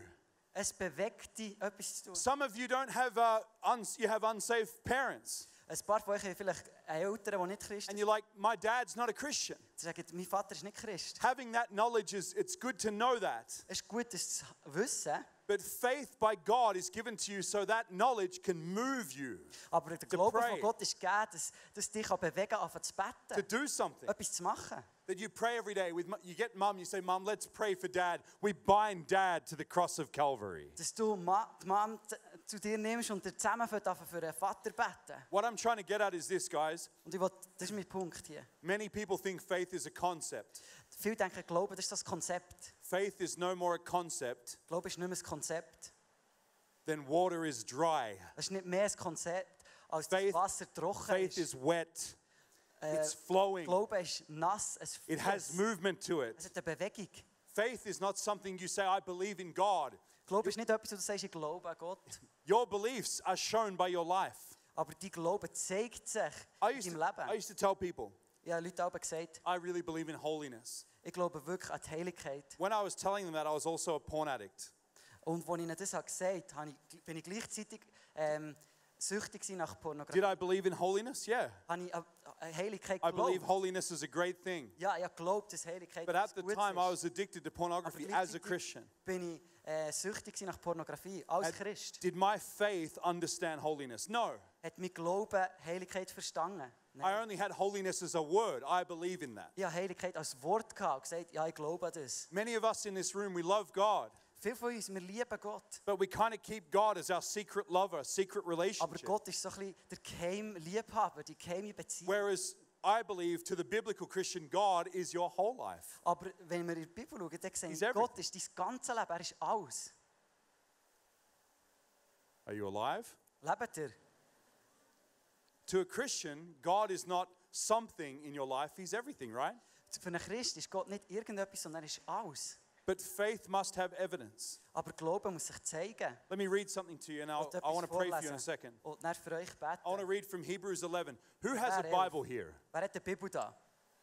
Es bewegt dich, etwas zu tun. Some of you don't have, uh, uns- you have unsafe parents, Ein paar von euch haben vielleicht Eltern, die nicht Christen and sind. you're like, my dad's not a Christian. Sie sagen, mein Vater ist nicht Christ. Having that knowledge is, it's good to know that. Es ist gut, das zu wissen, But faith by God is given to you so that knowledge can move you aber der To Glaube pray. von Gott ist gegeben, dass, dass dich kann bewegen kann, anfangen zu to beten, do something. etwas zu machen. That you pray every day with, mu- you get mum, you say, Mum, let's pray for dad. We bind dad to the cross of Calvary. Dass du Ma die Mom t- zu dir nimmst und ihr zusammen anfangen für den Vater beten. What I'm trying to get at is this, guys. Und ich will, das ist mein Punkt hier. Many people think faith is a concept. Viele denken, Glauben, das ist das Konzept. Faith is no more a concept Glaube ist nicht mehr ein Konzept. than water is dry. Es ist nicht mehr ein Konzept, als Faith- das Wasser trocken Faith ist. is wet, it's flowing, Glaube ist nass, es it has fließt. movement to Es it. hat eine Bewegung. Faith is not something you say, I believe in God. Glaube ist nicht etwas, wo du sagst, ich glaube an Gott. Your beliefs are shown by your life. Aber die Glaube zeigt sich I in used, deinem to, I Leben. used to tell people, Ich habe Leute aber gesagt, I really believe in holiness. ich glaube wirklich an die Heiligkeit. When I was telling them that, I was also a porn addict. Und als ich ihnen das habe gesagt habe, ich- bin ich gleichzeitig ähm, süchtig gewesen nach Pornografie. Did I believe in holiness? Yeah. Habe ich an an Heiligkeit I believe geglaubt. holiness is a great thing. Ja, ich habe geglaubt, dass Heiligkeit But at etwas the Gutes time, ist. I was addicted to Aber pornography as a gleichzeitig Christian. bin ich äh, süchtig gewesen nach Pornografie als And Christ. Did my faith understand holiness? No. Hat mein Glauben Heiligkeit verstanden? Nein. I only had holiness as a word. I believe in that. Ich habe Heiligkeit als Wort gehabt und gesagt, ja, ich glaube an das. Many of us in this room, we love God, Viele von uns, wir lieben Gott. but we kind of keep God as our secret lover, secret Aber relationship. Gott ist so ein bisschen der geheime Liebhaber, die geheime Beziehung. Whereas I believe to the biblical Christian, God is your whole life. Aber wenn wir in die Bibel schauen, dann sehen He's wir, everything. Gott ist dein ganze Leben, er ist alles. Are you alive? Lebt er? To a Christian, God is not something in your life, He's everything, right? Für einen Christ ist Gott nicht irgendetwas, sondern er ist alles. But faith must have evidence. Aber Glaube muss sich zeigen. Let me read something to you, and I'll, Gott I etwas want to pray for you in vorlesen a second. Und dann für euch I want to beten. read from Hebrews 11. Who has a Daar, Bible here? Wer hat die Bibel da?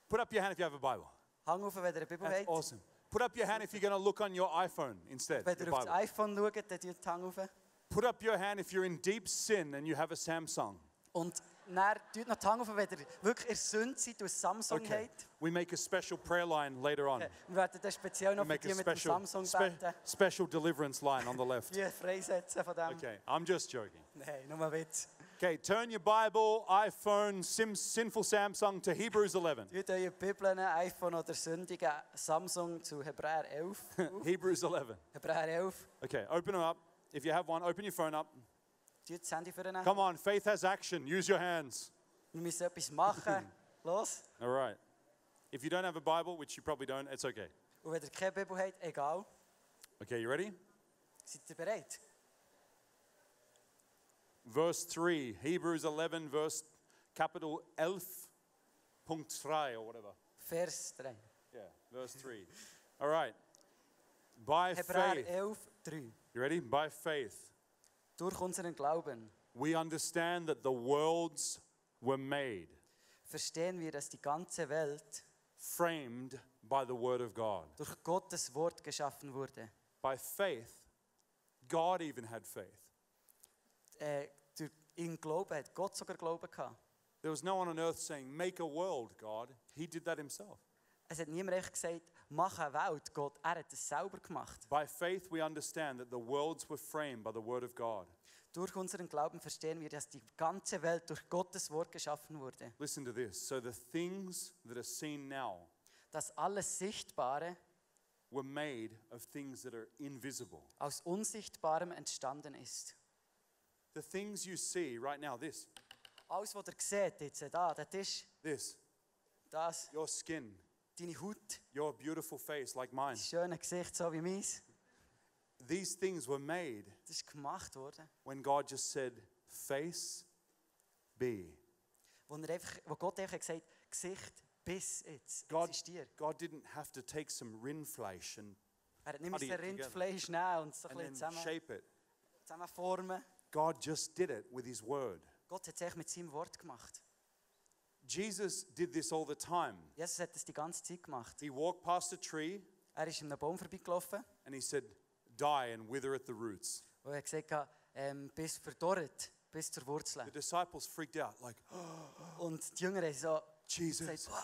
Put up your hand if you have a Bible. Hang auf, wenn ihr eine Bibel That's habt. awesome. Put up your hand if you're going to look on your iPhone instead. Wenn your ihr auf das Bible. iPhone schaut, dann tut die Hang auf. Put up your hand if you're in deep sin and you have a Samsung. Und dann tut noch die Hang auf, wenn ihr wirklich in Sünde seid und ein Samsung Okay. habt. We make a special prayer line later on. Wir werden dann speziell noch We für make a die mit dem special, Samsung spe- beten. special deliverance line on the left. Die freisetzen von dem. Okay, I'm just joking. Nein, nur ein Witz. Okay, turn your Bible, iPhone, sim, sinful Samsung to Hebrews 11. Tut eure Bibeln, iPhone oder sündige Samsung zu Hebräer 11. Hebrews 11. Hebräer 11. Okay, open them up. If you have one, open your phone up. Tut das Handy für einen. Come on, faith has action. Use your hands. Wir müssen etwas machen. Los. All right. If you don't have a Bible, which you probably don't, it's okay. Und wenn ihr keine Bibel habt, egal. Okay, you ready? Seid ihr bereit? Verse 3, Hebrews 11, verse capital 11.3 or whatever. Vers 3. Yeah, verse 3. All right. By Hebräer faith, 11, 3. you ready? By faith, Durch unseren Glauben we understand that the worlds were made, verstehen wir, dass die ganze Welt framed by the word of God. durch Gottes Wort geschaffen wurde. By faith, God even had faith. Äh, durch, in Glauben hat Gott sogar Glauben gehabt. There was no one on earth saying, Make a world, God. He did that himself. Es hat niemand echt gesagt, mach eine Welt, Gott. Er hat es selber gemacht. By faith, we understand that the worlds were framed by the word of God. durch unseren Glauben verstehen wir, dass die ganze Welt durch Gottes Wort geschaffen wurde. Listen to this. So the things that are seen now Dass alles Sichtbare were made of things that are invisible. aus Unsichtbarem entstanden ist. The things you see right now, this, Alles, was ihr seht, jetzt, da, der Tisch, this, das, your skin, deine Haut, your beautiful face like mine. das schöne Gesicht, so wie meins, These things were made das ist gemacht worden. when God just said, face be. Wo, er einfach, wo Gott einfach gesagt hat, Gesicht bis jetzt, God, existiert. God didn't have to take some rindfleisch and, Er hat nicht mehr Adi, das Rindfleisch nehmen und so ein and bisschen then zusammen, shape it. zusammenformen. God just did it with his word. Gott hat es echt mit seinem Wort gemacht. Jesus did this all the time. Jesus hat das die ganze Zeit gemacht. He walked past a tree Er ist in einem Baum vorbeigelaufen and he said, Die and wither at the roots. und er hat gesagt, ähm, bis verdorrt, bis zur Wurzel. The disciples freaked out, like, "Oh, Und die Jünger haben so gesagt, Jesus, «Wow,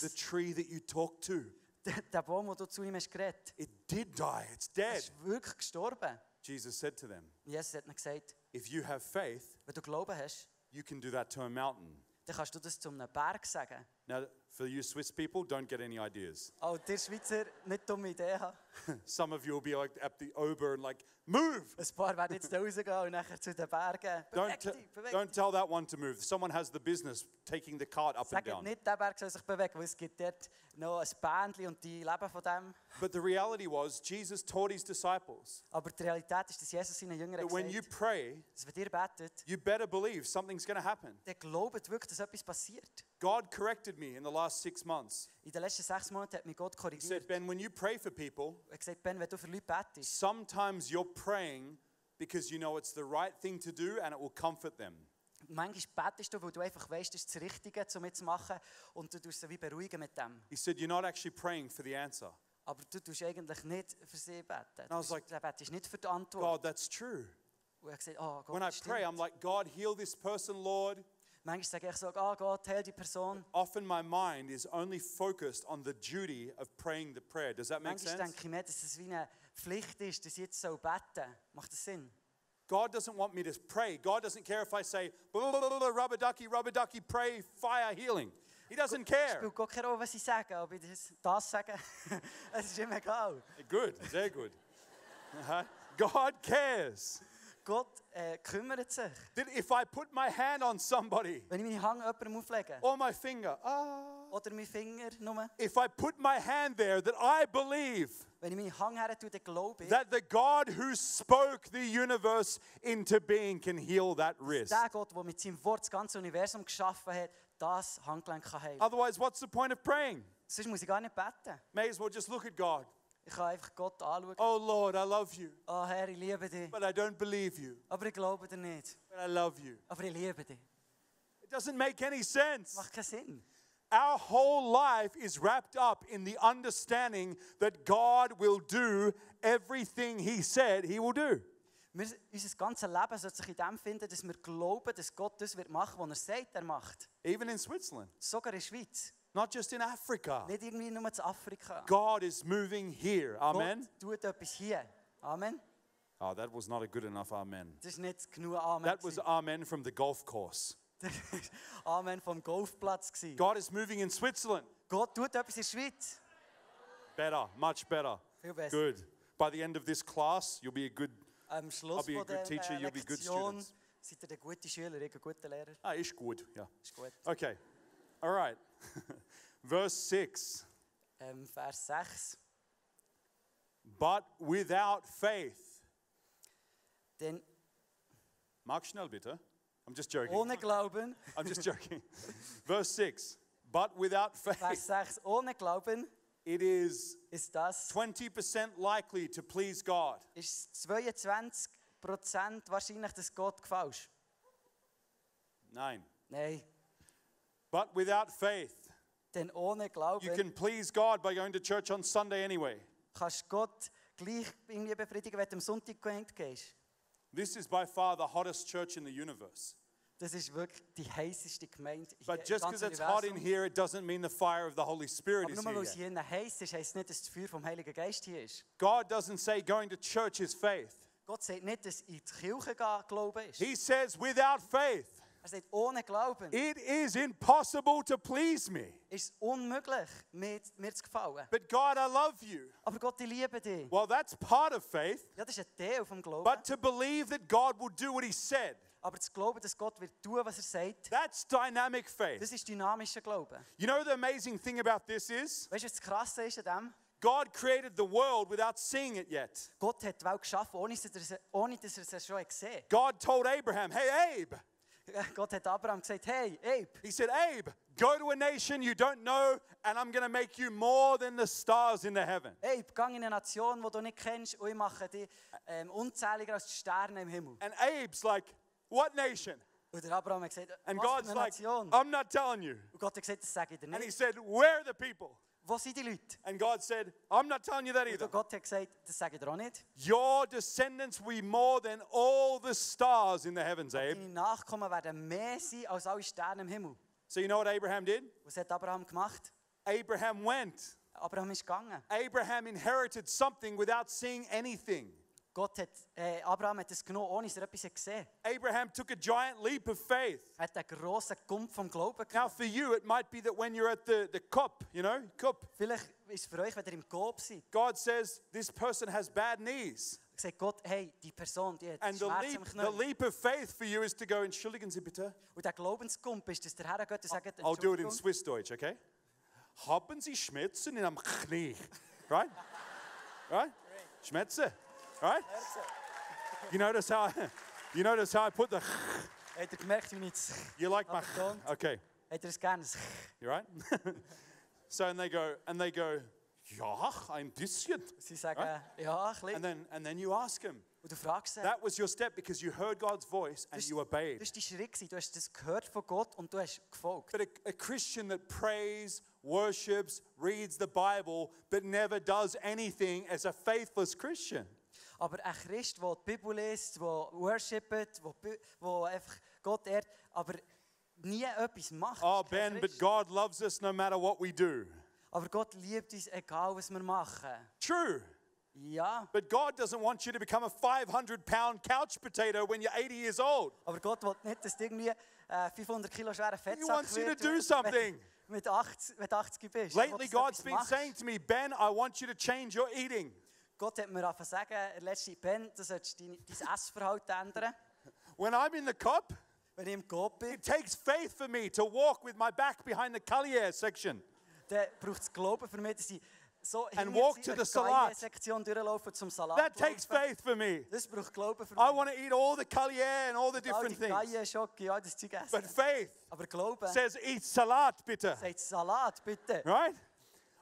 the was? tree that you talked to, Der der Baum, den du zu ihm hast geredet, it did die, it's er dead. ist wirklich gestorben. Jesus said to them, Und Jesus hat ihnen gesagt, If you have faith, wenn du Glauben hast, you can do that to a mountain. dann kannst du das zu einem Berg sagen. Now, for you Swiss people, don't get any ideas. Oh, und ihr Schweizer, nicht dumme Idee haben. Some of you will be like at the Ober and like, Move! Ein paar werden jetzt da rausgehen und nachher zu den Bergen. Don't, Beweg t- dich, beweg don't dich. tell that one to move. Someone has the business taking the cart up and Sagt down. nicht, der Berg soll sich bewegen, weil es gibt dort noch ein Bändchen und die leben von dem. But the reality was, Jesus taught his disciples Aber die Realität ist, dass Jesus seinen Jüngern that when gesagt you hat, pray, dass wenn ihr betet, you better believe something's going to happen. dann glaubt wirklich, dass etwas passiert. God corrected me in the last six months. In den letzten sechs Monaten hat mich Gott He said, korrigiert. Ben, when you pray for people, Er hat gesagt, Ben, wenn du für Leute betest, sometimes you're praying because you know it's the right thing to do and it will comfort them. manchmal betest du, weil du einfach weißt, das ist das Richtige, um jetzt zu machen und du tust sie wie beruhigen mit dem. He said, You're not actually praying for the answer. Aber du tust eigentlich nicht für sie beten. I Du was bist- like, du betest nicht für die Antwort. God, that's true. Und er hat gesagt, oh Gott, When I stimmt. pray, I'm like, God, heal this person, Lord. Manchmal sage ich so, ah Gott, heil die Person. Often my mind is only focused on the duty of praying the prayer. Does that make Manchmal sense? denke ich mir, dass es wie eine Pflicht ist, dass ich jetzt so beten Macht das Sinn? God doesn't want me to pray. God doesn't care if I say, blah, blah, blah, blah, blah, rubber ducky, rubber ducky, pray, fire, healing. He doesn't care. Spielt Gott keine Rolle, was ich sage, ob ich das, das sage. es ist ihm egal. Good, sehr good. Uh-huh. God cares Gott äh, kümmert sich. that if I put my hand on somebody Wenn ich meine Hand jemandem auflege or my finger, ah, oder meinen Finger nur, if I put my hand there, that I believe wenn ich meine Hand her tue, dann glaube ich, that the God who spoke the universe into being can heal that wrist. der Gott, der mit seinem Wort das ganze Universum geschaffen hat, das Handgelenk kann heilen. Otherwise, what's the point of praying? Sonst muss ich gar nicht beten. May as well just look at God. Ich kann einfach Gott anschauen. Oh Oh, Lord, I love you, Herr, ich liebe dich. but I don't believe you. Aber ich glaube dir nicht. But I love you. Aber ich liebe dich. It doesn't make any sense. Macht keinen Sinn. Our whole life is wrapped up in the understanding that God will do everything He said He will do. Wir, unser ganzes Leben sollte sich in dem finden, dass wir glauben, dass Gott das wird machen wird, was er sagt, er macht. Even in Switzerland, Sogar in der Schweiz. not just in Africa. Nicht irgendwie nur zu Afrika. God is moving here. Amen. Gott tut etwas hier. Amen. Oh, that was not a good enough amen. Das ist nicht genug Amen. That was gewesen. amen from the golf course. Das ist Amen vom Golfplatz. gewesen. God is moving in Switzerland. Gott tut etwas in der Schweiz. Better, much better. Viel besser. Good. By the end of this class, you'll be a good. Am Schluss I'll be a von der good teacher, äh, you'll be good Lektion students. seid ihr ein guter Schüler, ich ein guter Lehrer. Ah, ish good. Yeah. Ist gut. Okay. All right. Verse 6. Ähm, Vers 6. But without faith. Denn Mark schnell bitte. I'm just joking. ohne Glauben, I'm just joking. Verse 6. But without Vers faith, 6, ohne Glauben it is ist das 20% likely to please God. ist 22 Prozent wahrscheinlich, dass Gott gefällt. Nine. Nein, But without faith, denn ohne you Glauben can please God by going to church on Sunday anyway. kannst Gott gleich irgendwie befriedigen, wenn du am Sonntag gemeint gehst. This is by far the hottest church in the universe. Das ist wirklich die heißeste Gemeinde hier But im just because ganzen it's hot in Universum. here, it doesn't mean the fire of the Holy Spirit Aber is nur weil here. es yet. hier heiß ist, heisst es nicht, dass das Feuer vom Heiligen Geist hier ist. God doesn't say going to church is faith. Gott sagt nicht, dass dus in die Kirche gehen Glauben ist. He says, without faith, Er sagt, ohne Glauben it is impossible to please me. ist es unmöglich, mir, mir zu gefallen. But God, I love you. Aber Gott, ich liebe dich. Well, that's part of faith, Ja, das ist ein Teil vom Glauben. but to believe that God will do what He said, aber zu glauben, dass Gott wird tun, was er sagt, that's dynamic faith. das ist dynamischer Glauben. You know, the amazing thing about this is Weißt du, was das Krasse ist an dem? God created the world without seeing it yet. Gott hat die Welt geschaffen, ohne dass er sie, ohne dass er sie schon gesehen God told Abraham, Hey, Abe. hat. Gott hat Abraham gesagt, hey, Abe, He said, Abe, go to a nation you don't know, and I'm going to make you more than the stars in the heaven. Abe, geh in eine Nation, die du nicht kennst und ich mache dich ähm, unzähliger als die Sterne im Himmel. And Abe's like, What nation? Und der Abraham hat gesagt, And was für God's eine like, oh. Nation? I'm not telling you. Und Gott hat gesagt, das sage ich dir And he nicht. said, Where are the people? Wo sind die Leute? And God said, I'm not telling you that either. Und Gott hat gesagt, das sage ich dir auch nicht. Your descendants will be more than all the stars in the heavens, Abe. Deine Nachkommen werden mehr sein als alle Sterne im Himmel. Und So you know what Abraham did? das hat Abraham gemacht. Abraham went. Abraham ist gegangen. Abraham inherited something without seeing anything. Gott hat, äh, Abraham hat es genommen, ohne dass er etwas hat gesehen hat. Abraham took a giant leap of faith. Er hat einen grossen Gumpf vom Glauben gehabt. Now, for you, it might be that when you're at the, the cup, you know, cup, Vielleicht ist es für euch, wenn ihr im Gob seid, God says this person has bad knees. sagt Gott, hey, die Person, die hat And the Schmerz leap, im the Knie. leap of faith for you is to go, Entschuldigen Sie bitte. Und der Glaubensgump ist, dass der Herr geht und sagt, I'll do it in Entschuldigung. Swiss Deutsch, okay? Haben Sie Schmerzen in am Knie? Right? Right? Schmerzen. Right? You notice how I, you notice how I put the Habt ihr gemerkt, wie ich das you like my Don't. okay, Habt ihr es gerne? Das you right? so and they go and they go, ja, ein bisschen. Sie sagen, Ja? ja, ein bisschen. And then and then you ask him. und du fragst sie, That was your step because you heard God's voice and das you obeyed. war dein Schritt, gewesen. du hast das gehört von Gott und du hast gefolgt. But a, a Christian that prays, worships, reads the Bible, but never does anything as a faithless Christian. Aber ein Christ, der die Bibel liest, der worshipet, der Bi- der einfach Gott ehrt, aber nie etwas macht. Oh, ist kein Ben, but Christ. God loves us no matter what we do. Aber Gott liebt uns, egal was wir machen. True. Ja, But God doesn't want you to become a 500 pound couch potato when you're 80 years old. aber Gott will nicht, dass du irgendwie äh, 500 Kilo schwerer Fettsack wants you to wird, do wenn- something. Mit 80, mit 80 bist. Er will, Lately, dass du God's etwas been machst. saying to me, Ben, I want you to change your eating. Gott hat mir angefangen zu sagen, letzte Ben, du solltest dein, dein Essverhalten ändern. When I'm in the cup, Wenn ich im Gott bin, it takes faith for me to walk with my back behind the Calier section. dann braucht es Glauben für mich, dass ich so And walk to the Salat. Sektion durchlaufe und zum Salat That takes laufe. faith for me. Das braucht Glauben für I mich. want to eat all the Calier and all the All different die things. Geier, Schocke, all das Zeug essen. But faith Aber Glauben says, eat salat, bitte. sagt Salat, bitte. Right?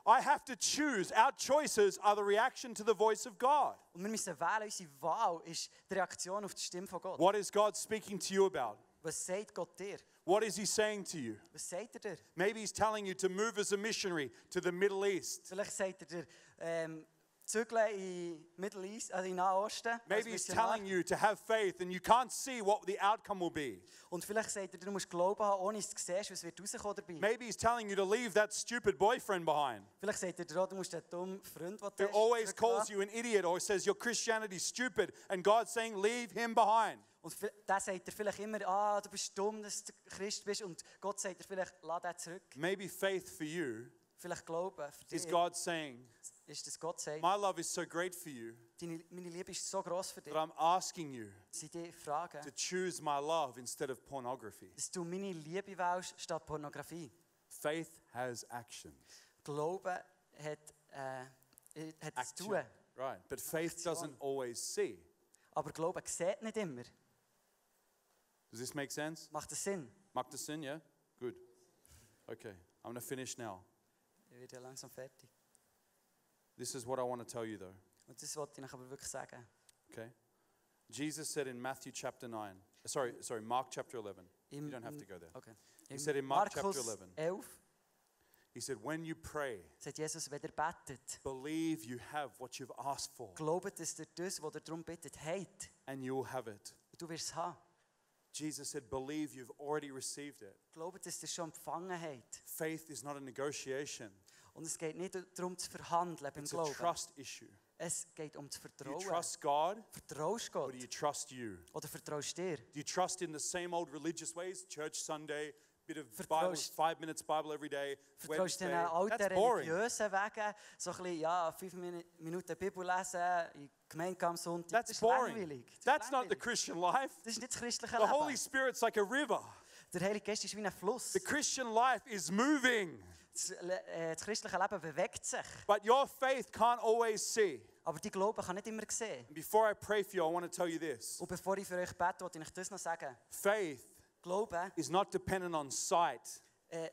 I have to choose. Our choices are the reaction to the voice of God. Und wir müssen wählen, unsere Wahl ist die Reaktion auf die Stimme von Gott. What is God speaking to you about? Was sagt Gott dir? What is He saying to you? Was sagt er dir? Maybe He's telling you to move as a missionary to the Middle East. Vielleicht sagt er dir, ähm, zügle in Middle East, also in Nahosten. als Maybe He's Missionar. telling you to have faith and you can't see what the outcome will be. Und vielleicht sagt er dir, du musst Glauben haben, ohne dass du siehst, was wird rauskommen dabei. Maybe He's telling you to leave that stupid boyfriend behind vielleicht sagt er dir auch, du musst den dummen Freund, den du who hast, always zurücklassen. calls you an idiot or says your Christianity's stupid and God's saying, leave him behind. Und vi- der sagt dir vielleicht immer, ah, du bist dumm, dass du Christ bist. Und Gott sagt dir vielleicht, lass den zurück. Maybe faith for you Vielleicht Glauben für is dich God saying, ist, dass Gott sagt, My love is so great for you Deine, meine Liebe ist so gross für dich, that I'm asking you dass ich dich frage, to choose my love instead of pornography. dass du meine Liebe wählst statt Pornografie. Faith has actions. Glauben hat, äh, hat das Action. Tun. Right. But faith doesn't always see. Aber Glauben sieht nicht immer. Does this make sense? Macht das Sinn? Mark the sin, yeah? Good. Okay. I'm going to finish now. Ich werde ja langsam fertig. This is what I want to tell you, though. Und das wollte ich euch aber wirklich sagen. Okay. Jesus said in Matthew chapter 9, sorry, sorry, Mark chapter 11. Im- you don't have im- to go there. Okay. said in Mark chapter Markus 11. 11 He said, When you pray, sagt Jesus, wenn ihr betet, believe you have what you've asked for glaubt, dass ihr das, was ihr darum bittet, habt. and you will have it. Und du wirst es haben. Jesus said, Believe you've already received it. Glaubt, dass ihr es schon empfangen habt. Faith is not a negotiation, Und es geht nicht darum zu verhandeln beim it's a Glauben. trust issue. Es geht um das Do you Vertrauen. trust God Vertraust or Gott do you trust you? oder vertraust dir? Do you trust in the same old religious ways? Church Sunday, bit of Bible, Vertrouwst- five minutes Bible every day. Vertraust Wednesday. du den alten That's boring. religiösen Wegen? So ein bisschen, ja, fünf Min- Minuten Bibel lesen, in die Gemeinde am Sonntag. das That's ist boring. langweilig. Das ist That's not the langweilig. Christian life. Das ist nicht das christliche The Holy Leben. Spirit's like a river. Der Heilige Geist ist wie ein Fluss. The Christian life is moving, Das, Le- äh, das christliche Leben bewegt sich. but your faith can't always see. Aber die Glauben kann nicht immer sehen. Before I pray for you, I want to tell you this Und bevor ich für euch bete, wollte ich euch das noch sagen. faith Glauben is not dependent on sight, äh,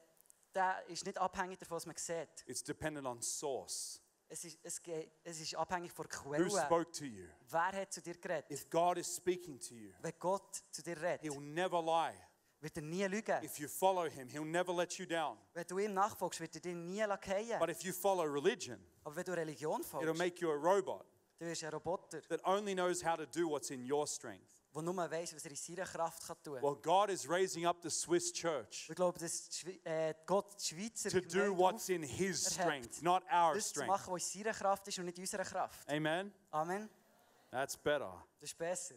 der ist nicht abhängig davon, was man sieht. it's dependent on source. Es ist, es geht, es ist abhängig von der Who Quelle. spoke to you? Wer hat zu dir geredet? If God is speaking to you, Wenn Gott zu dir He will redet, never lie. wird er nie lügen. If you follow Him, He'll never let you down. Wenn du ihm nachfolgst, wird er dich nie fallen. But if you follow religion, Aber wenn du Religion it'll folgst, make you a robot dann wirst du ein Roboter, that only knows how to do what's in your strength. der nur weiss, was er in seiner Kraft kann tun kann. Well, God is raising up the Swiss church Ich glaube, dass die Schwe- äh, Gott die Schweizer to do Gemeinde what's in His erhebt, strength, not our das zu strength. machen, was in seiner Kraft ist und nicht in unserer Kraft. Amen? Amen. That's better. Das ist besser.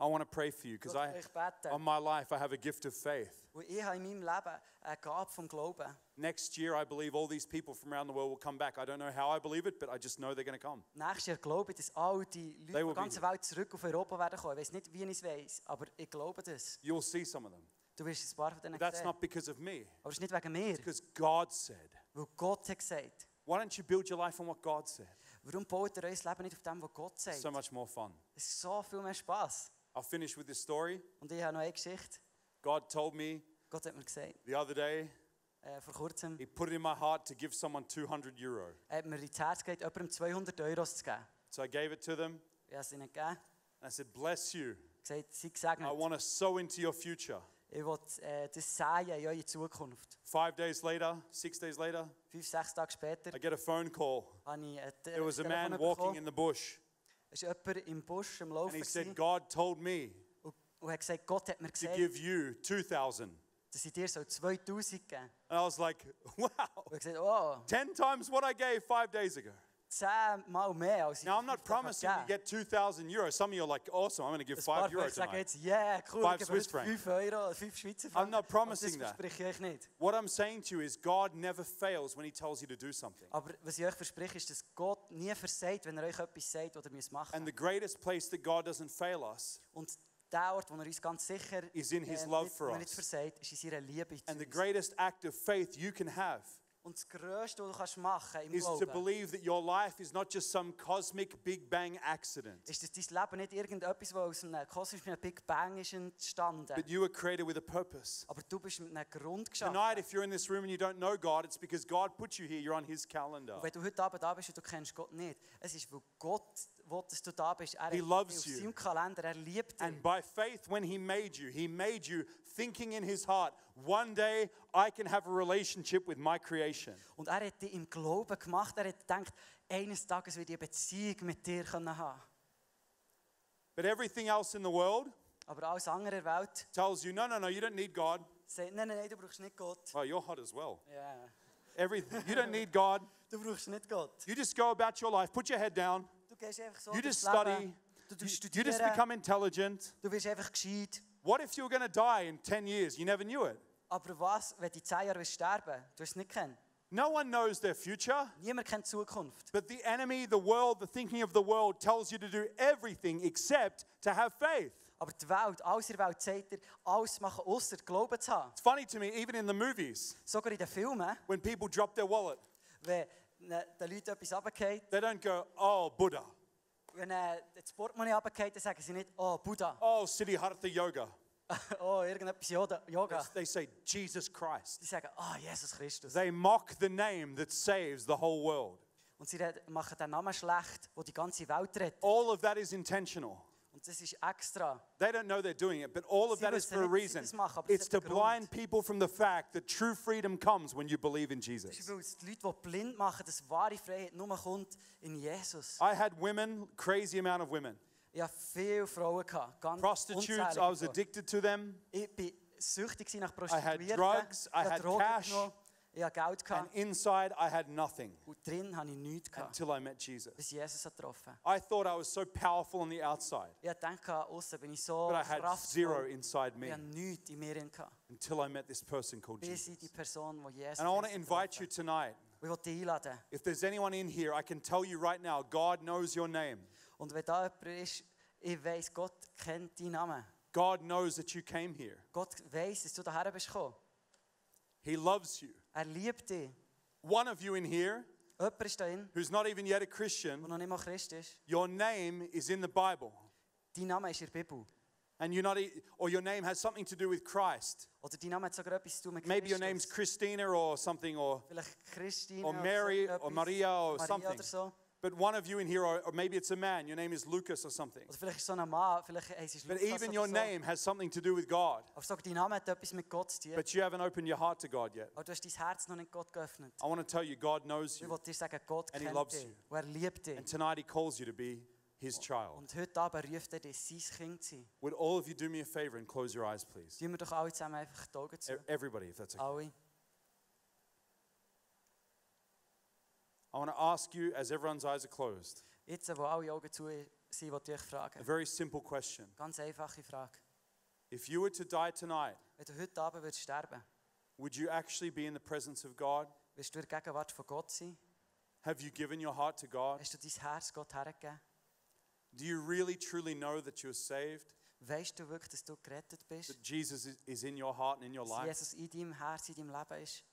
I want to pray for you because Lass I, mich beten. on my life, I have a gift of faith. Und ich habe in meinem Leben eine Gabe vom Glauben. Next year, I believe all these people from around the world will come back. I don't know how I believe it, but I just know they're going to come. Nächstes Jahr glaube ich, dass all die Leute They von will der ganzen be Welt zurück auf Europa werden kommen. Ich weiß nicht, wie ich es weiss, aber ich glaube das. You'll see some of them. Du wirst ein paar von denen But that's sehen. not because of me, Aber es ist nicht wegen mir, because God said. weil Gott hat gesagt. Why don't you build your life on what God said? Warum baut ihr euer Leben nicht auf dem, was Gott sagt? So much more fun. Es ist so viel mehr Spaß. I'll finish with this story. Und ich habe noch eine Geschichte. God told me Gott hat mir gesagt, the other day, äh, vor kurzem, He put it in my heart to give someone 200 euro. er hat mir ins Herz gegeben, jemandem 200 Euros zu geben. So I gave it to them Ich habe es ihnen gegeben. and I said, Bless you. Ich habe gesagt, sei I gesegnet. want to sow into your future. Ich will äh, das säen in eure Zukunft. Five days later, six days later, Fünf, sechs Tage später I get a phone call. habe ich ein eh, Te- There was a Telefon man bekommen. walking in the bush Es war jemand im Busch, am and Laufen. he said, gewesen God told me und, und hat gesagt, Gott hat mir to gesagt, give you 2,000. dass ich dir so 2000 geben soll. And I was like, wow, Und ich habe gesagt, oh, 10 times what I gave five days ago. zehnmal mehr als ich Now, I'm not fünf Tage promising you gegeben habe. get 2,000 euros. Some of you are like, awesome, I'm going to give Ein paar 5 von euro euch sagen tonight. jetzt, yeah, cool, Five ich gebe Swiss euch franc. 5 Euro, 5 Schweizer Franken. not promising Aber that. das verspreche ich euch nicht. What I'm saying to you is God never fails when he tells you to do something. Aber was ich euch verspreche, ist, dass Gott nie versagt, wenn er euch etwas sagt, was ihr müsst machen And the greatest place that God doesn't fail us Und der Ort, wo er uns ganz sicher Is in his ähm, love nicht, for wo er us. nicht versagt, ist in seiner Liebe zu and the uns. greatest act of faith you can have Und das Größte, was du kannst machen im is to Glauben, believe that your life is not just some cosmic Big Bang accident, ist, dass dein Leben nicht irgendetwas, eh, das aus einem kosmischen Big Bang ist entstanden. but you were created with a purpose. Aber du bist mit einem Grund Tonight, geschaffen. if you're in this room and you don't know God, it's because God put you here. You're on His calendar. Und wenn du heute Abend da bist und du kennst Gott nicht, es ist, weil Gott will, dass du da bist. Er hat dich loves auf you. seinem Kalender, er liebt dich. And by faith, when He made you, He made you thinking in His heart, one day I can have a relationship with my creation. Und er hat dich im Glauben gemacht. Er hat gedacht, eines Tages werde ich eine Beziehung mit dir können haben. But everything else in the world Aber alles andere in der Welt tells you, no, no, no, you don't need God. sagt, nein, nein, nein, du brauchst nicht Gott. Oh, you're hot as well. Ja, Everything. You don't need God. Du brauchst nicht Gott. You just go about your life, put your head down. Du gehst einfach so You durchs just study. Leben. Du, You, du you just studierst, become intelligent. du wirst einfach gescheit. What if you were going to die in 10 years? You never knew it. Aber was, wenn du in zehn Jahren wirst sterben Du hast es nicht kennen. No one knows their future. Niemand kennt die Zukunft. But the enemy, the world, the thinking of the world tells you to do everything except to have faith. Aber die Welt, alles in der Welt sagt dir, alles machen, außer Glauben zu haben. It's funny to me, even in the movies, Sogar in den Filmen, when people drop their wallet, wenn äh, den Leuten etwas runterfällt, they don't go, oh, Buddha, wenn äh, das Portemonnaie runterfällt, dann sagen sie nicht, oh, Buddha. oh, Siddhartha Yoga. Oh, irgendetwas Yoda, Yoga. They say, Jesus Christ. Die sagen, ah, Jesus Christus. They mock the name that saves the whole world. Und sie reden- machen den Namen schlecht, wo die ganze Welt rettet. All of that is intentional. Und das ist extra. They don't know they're doing it, but all of Sie that is wissen for a nicht, dass sie reason. das machen, aber das It's to hat einen blind Grund. people from the fact that true freedom comes when you believe in Das ist, Jesus. weil es die Leute, die blind machen, dass wahre Freiheit nur kommt in Jesus. I had women, crazy amount of women. Ich hatte viele Frauen. Gehabt, ganz Prostitutes, unzählige I was Frauen. addicted to them. Ich war süchtig gewesen nach I had Prostituierten. drugs, I ich had Drogen cash. genommen, Ich hatte Geld And gehabt, inside, I had nothing und drin hatte ich nichts, gehabt, until I met Jesus. bis Jesus hat getroffen I thought I was so powerful on the outside, Ich dachte, außen bin ich so but I had zero kraftvoll. inside me Ich hatte nichts in mir, drin gehabt, until I met this person called bis Jesus. ich die Person, die Jesus And I want to hat invite you getroffen. tonight. Und Ich will dich einladen. If there's anyone in here, I can tell you right now, God knows your name. Und wenn da jemand ist, ich weiss, Gott kennt deinen Namen. God knows that you came here. Gott weiss, dass du daher bist gekommen. He loves you. Er liebt dich. One of you in here Jemand ist da drin, who's not even yet a der Christian, noch nicht mal Christ ist. your name is in the Bible. Dein Name ist in der Bibel. And you're not, e- or your name has something to do with Christ. Oder dein Name hat sogar etwas zu tun mit Maybe your name's Christus. Christina or something, or Vielleicht Christine or oder Mary so or etwas. Maria or Maria something. Oder, so. But one of you in here, or, or maybe it's a man, your name is Lucas or something. oder vielleicht ist so ein Mann, vielleicht heisst es But Lukas even oder your so. name has something to do with God. Aber sogar dein Name hat etwas mit Gott zu tun. But you haven't opened your heart to God yet. Aber du hast dein Herz noch nicht Gott geöffnet. I want to tell you, God knows Ich you. will dir sagen, Gott And he kennt loves dich. you. Und er liebt And dich. tonight He calls you to be His child. Und heute Abend ruft er dich, sein Kind zu sein. Would all of you do me a favor and close your eyes, please? Tun wir doch alle zusammen einfach die Augen E- zu. Everybody, if that's okay. Alle. I want to ask you, as everyone's eyes are closed, Jetzt, wo alle Augen zu sind, wollte ich dich a fragen. very simple question. Ganz einfache Frage. If you were to die tonight, Wenn du heute Abend würdest sterben would you actually be in the presence of God? wirst du in der Gegenwart von Gott sein? Have you given your heart to God? Hast du dein Herz Gott hergegeben? Do you really truly know that you're saved? Weißt du wirklich, dass du gerettet bist? That Jesus is- is in your heart and in your Dass life? Jesus in deinem Herz, in deinem Leben ist?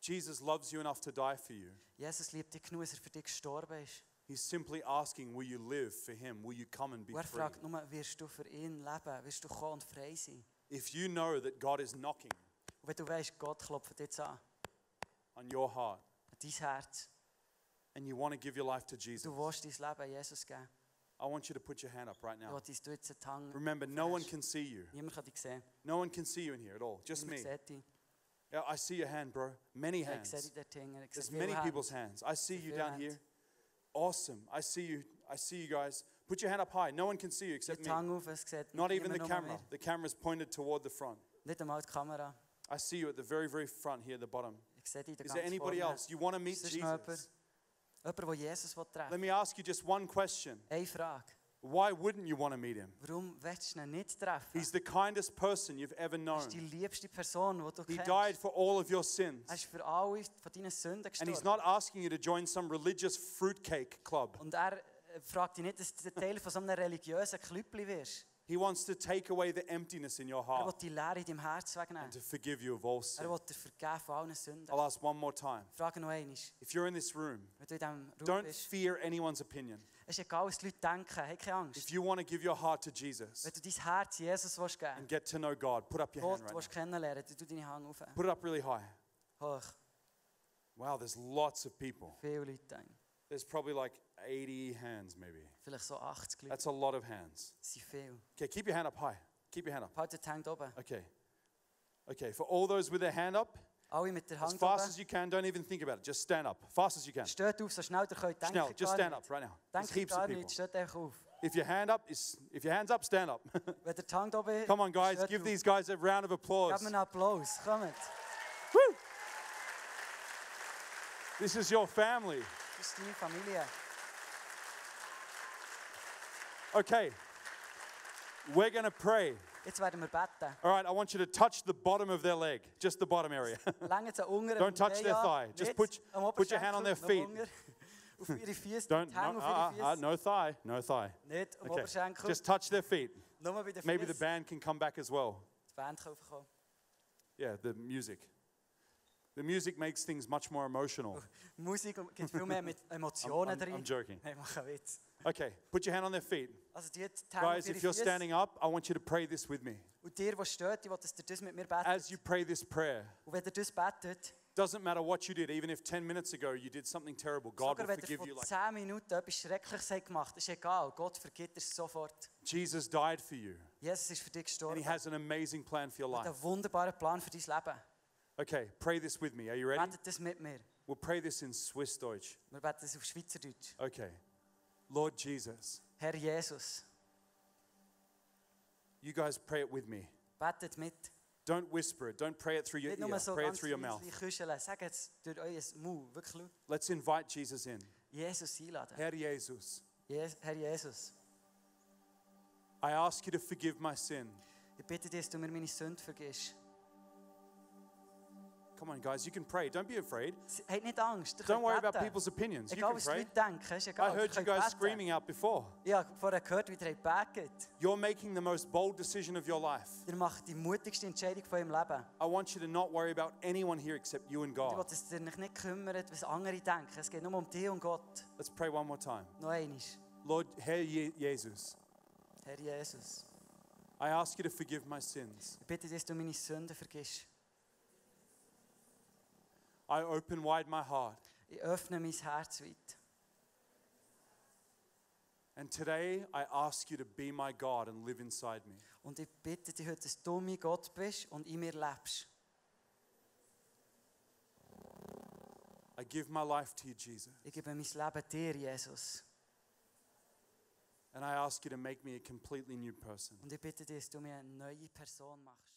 Jesus loves you enough to die for you. Jesus liebt dich genug, dass er für dich gestorben ist. He's simply asking, will you live for Him? Will you come and be Und er free? fragt nur, wirst du für ihn leben? Wirst du kommen und frei sein? If you know that God is knocking Und wenn du weißt, Gott klopft jetzt an, an on your heart dein Herz, and you want to give your life to Jesus, du willst dein Leben Jesus geben, I want you to put your hand up right du now. willst dein jetzt hängen. Remember, no one can see you. Niemand kann dich sehen. No one can see you in here at all. Just Niemand me. sieht dich. Yeah, I see your hand, bro. Many Ich sehe hands. dich dort hinten. Ich sehe There's viele many Hände. people's hands. I see you Feel down hand. here. Awesome. I see you. I see you guys. Put your hand up high. No one can see you except Jetzt me. hang auf, es sieht Not even niemand, the nur camera. wir. The camera's pointed toward the front. Nicht einmal die Kamera. I see you at the very, very front here, the bottom. Ich sehe dich da Is ganz there anybody vorne. else? You want to meet Ist das noch Jesus? Jemand, der Jesus will treffen Let me ask you just one question. Eine Frage. Why wouldn't you want to meet him? Warum willst du ihn nicht treffen? He's the kindest person you've ever er known. ist die liebste Person, die du He kennst. died for all of your sins. Er ist für alle von deinen Sünden And he's gestorben. not asking you to join some religious fruitcake club. Und er äh, fragt dich nicht, dass du Teil von so einem religiösen Klüppli wirst. He wants to take away the emptiness in your Er will heart die Leere in deinem Herz wegnehmen. and to forgive you of all sin. Er will dir vergeben von allen Sünden. I'll ask one more time. Frage noch einmal, wenn If you're in this room, du in diesem Raum don't bist. fear anyone's opinion. Es ist egal, was die Leute denken. Hab keine Angst. If you want to give your heart to Wenn Jesus du dein Herz Jesus willst geben and get to know God, put up your hand Gott right willst now. kennenlernen, dann tu deine Hand auf. Put it up really high. Hoch. Wow, there's lots of people. Viele Leute. ein. There's probably like 80 hands, maybe. Vielleicht so 80 Leute. That's a lot of hands. Das sind viele. Okay, keep your hand up high. Keep your hand up. Behaltet die Hand oben. Okay. Okay, for all those with their hand up, Alle mit der as Hand fast as oben. you can, don't even think about it. Just stand up. Fast as you can. Steht auf, so schnell ihr könnt. Denkt Schnell, gar just stand nicht. up right now. There's Denkt heaps of gar people. nicht, steht einfach auf. If your hand up is if your hands up, stand up. Wenn ihr die Hand oben habt, Come on guys, steht give auf. these guys a round of Gebt applause. mir einen Applaus. Kommt. This is your family. Das ist deine Familie. Okay. We're going to pray. Jetzt werden wir beten. All right, I want you to touch the bottom of their leg, just the bottom area. Länge zu Ungarn. Don't touch their thigh. Just put- put your hand on their feet. Auf ihre Füße. Don't, die no, Hände uh, auf uh, uh, ihre Füße. no thigh, no thigh. Nicht am Okay. Oberschenkel. Just touch their feet. nur bei den Maybe the Füßen. band can come back as well. Die Band kann aufkommen. Yeah, the music. The music makes things much more emotional. Musik gibt viel mehr mit I'm- Emotionen I'm drin. joking. Nein, mach einen Witz. Okay, put your hand on their feet. Also die, die Hände auf Guys, ihre if you're Füße. standing up, I want you to pray this with me. Und dir, die steht, ich will, dass ihr das mit mir betet. As you pray this prayer, Und wenn ihr das betet, doesn't matter what you did, even if 10 minutes ago you did something terrible, God sogar will wenn ihr forgive you. vor Like 10 Minuten etwas Schreckliches habt gemacht ist egal. Gott vergibt es sofort. Jesus died for you, Jesus ist für dich and gestorben. He Er has an amazing plan for your hat life. einen wunderbaren Plan für dein Leben. Okay, pray this with me. Are you ready? Betet das mit mir. We'll pray this in Swiss Deutsch. Wir beten das auf Schweizerdeutsch. Okay. Lord Jesus, Herr Jesus, you guys pray it with me. betet mit. Don't whisper it. Don't pray it through your Nicht nur ear. so pray it ganz through your mouth. leise küscheln. Sagt es durch euer Mund. Wirklich laut. Let's invite Jesus in. Jesus einladen. Herr Jesus, Jes- Herr Jesus, I ask you to forgive my sin. ich bitte dich, dass du mir meine Sünde vergisst. Come on, guys, you can pray. Don't be afraid. S- Habt nicht Angst. ihr Don't könnt worry about beten. people's opinions. You Egal, can was die pray. Leute denken, ist I egal. ihr heard you könnt guys beten. screaming out before. Ich habe vorher gehört, wie ihr betet. You're making the most bold decision of your life. Ihr macht die mutigste Entscheidung von eurem Leben. I want you to not worry about anyone here except you and Ich will, God. dass ihr euch nicht kümmert, was andere denken. Es geht nur um dich und Gott. Let's pray one more time. Noch einisch. Lord, Herr Ye- Jesus, Herr Jesus, I ask you to forgive my sins. ich bitte dich, dass du meine Sünden vergisst. I open wide my heart. Ich öffne mein Herz weit. And today I ask you to be my God and live inside me. Und ich bitte dich heute, dass du mein Gott bist und in mir lebst. I give my life to you, Jesus. Ich gebe mein Leben dir, Jesus. And I ask you to make me a completely new person. Und ich bitte dich, dass du mir eine neue Person machst.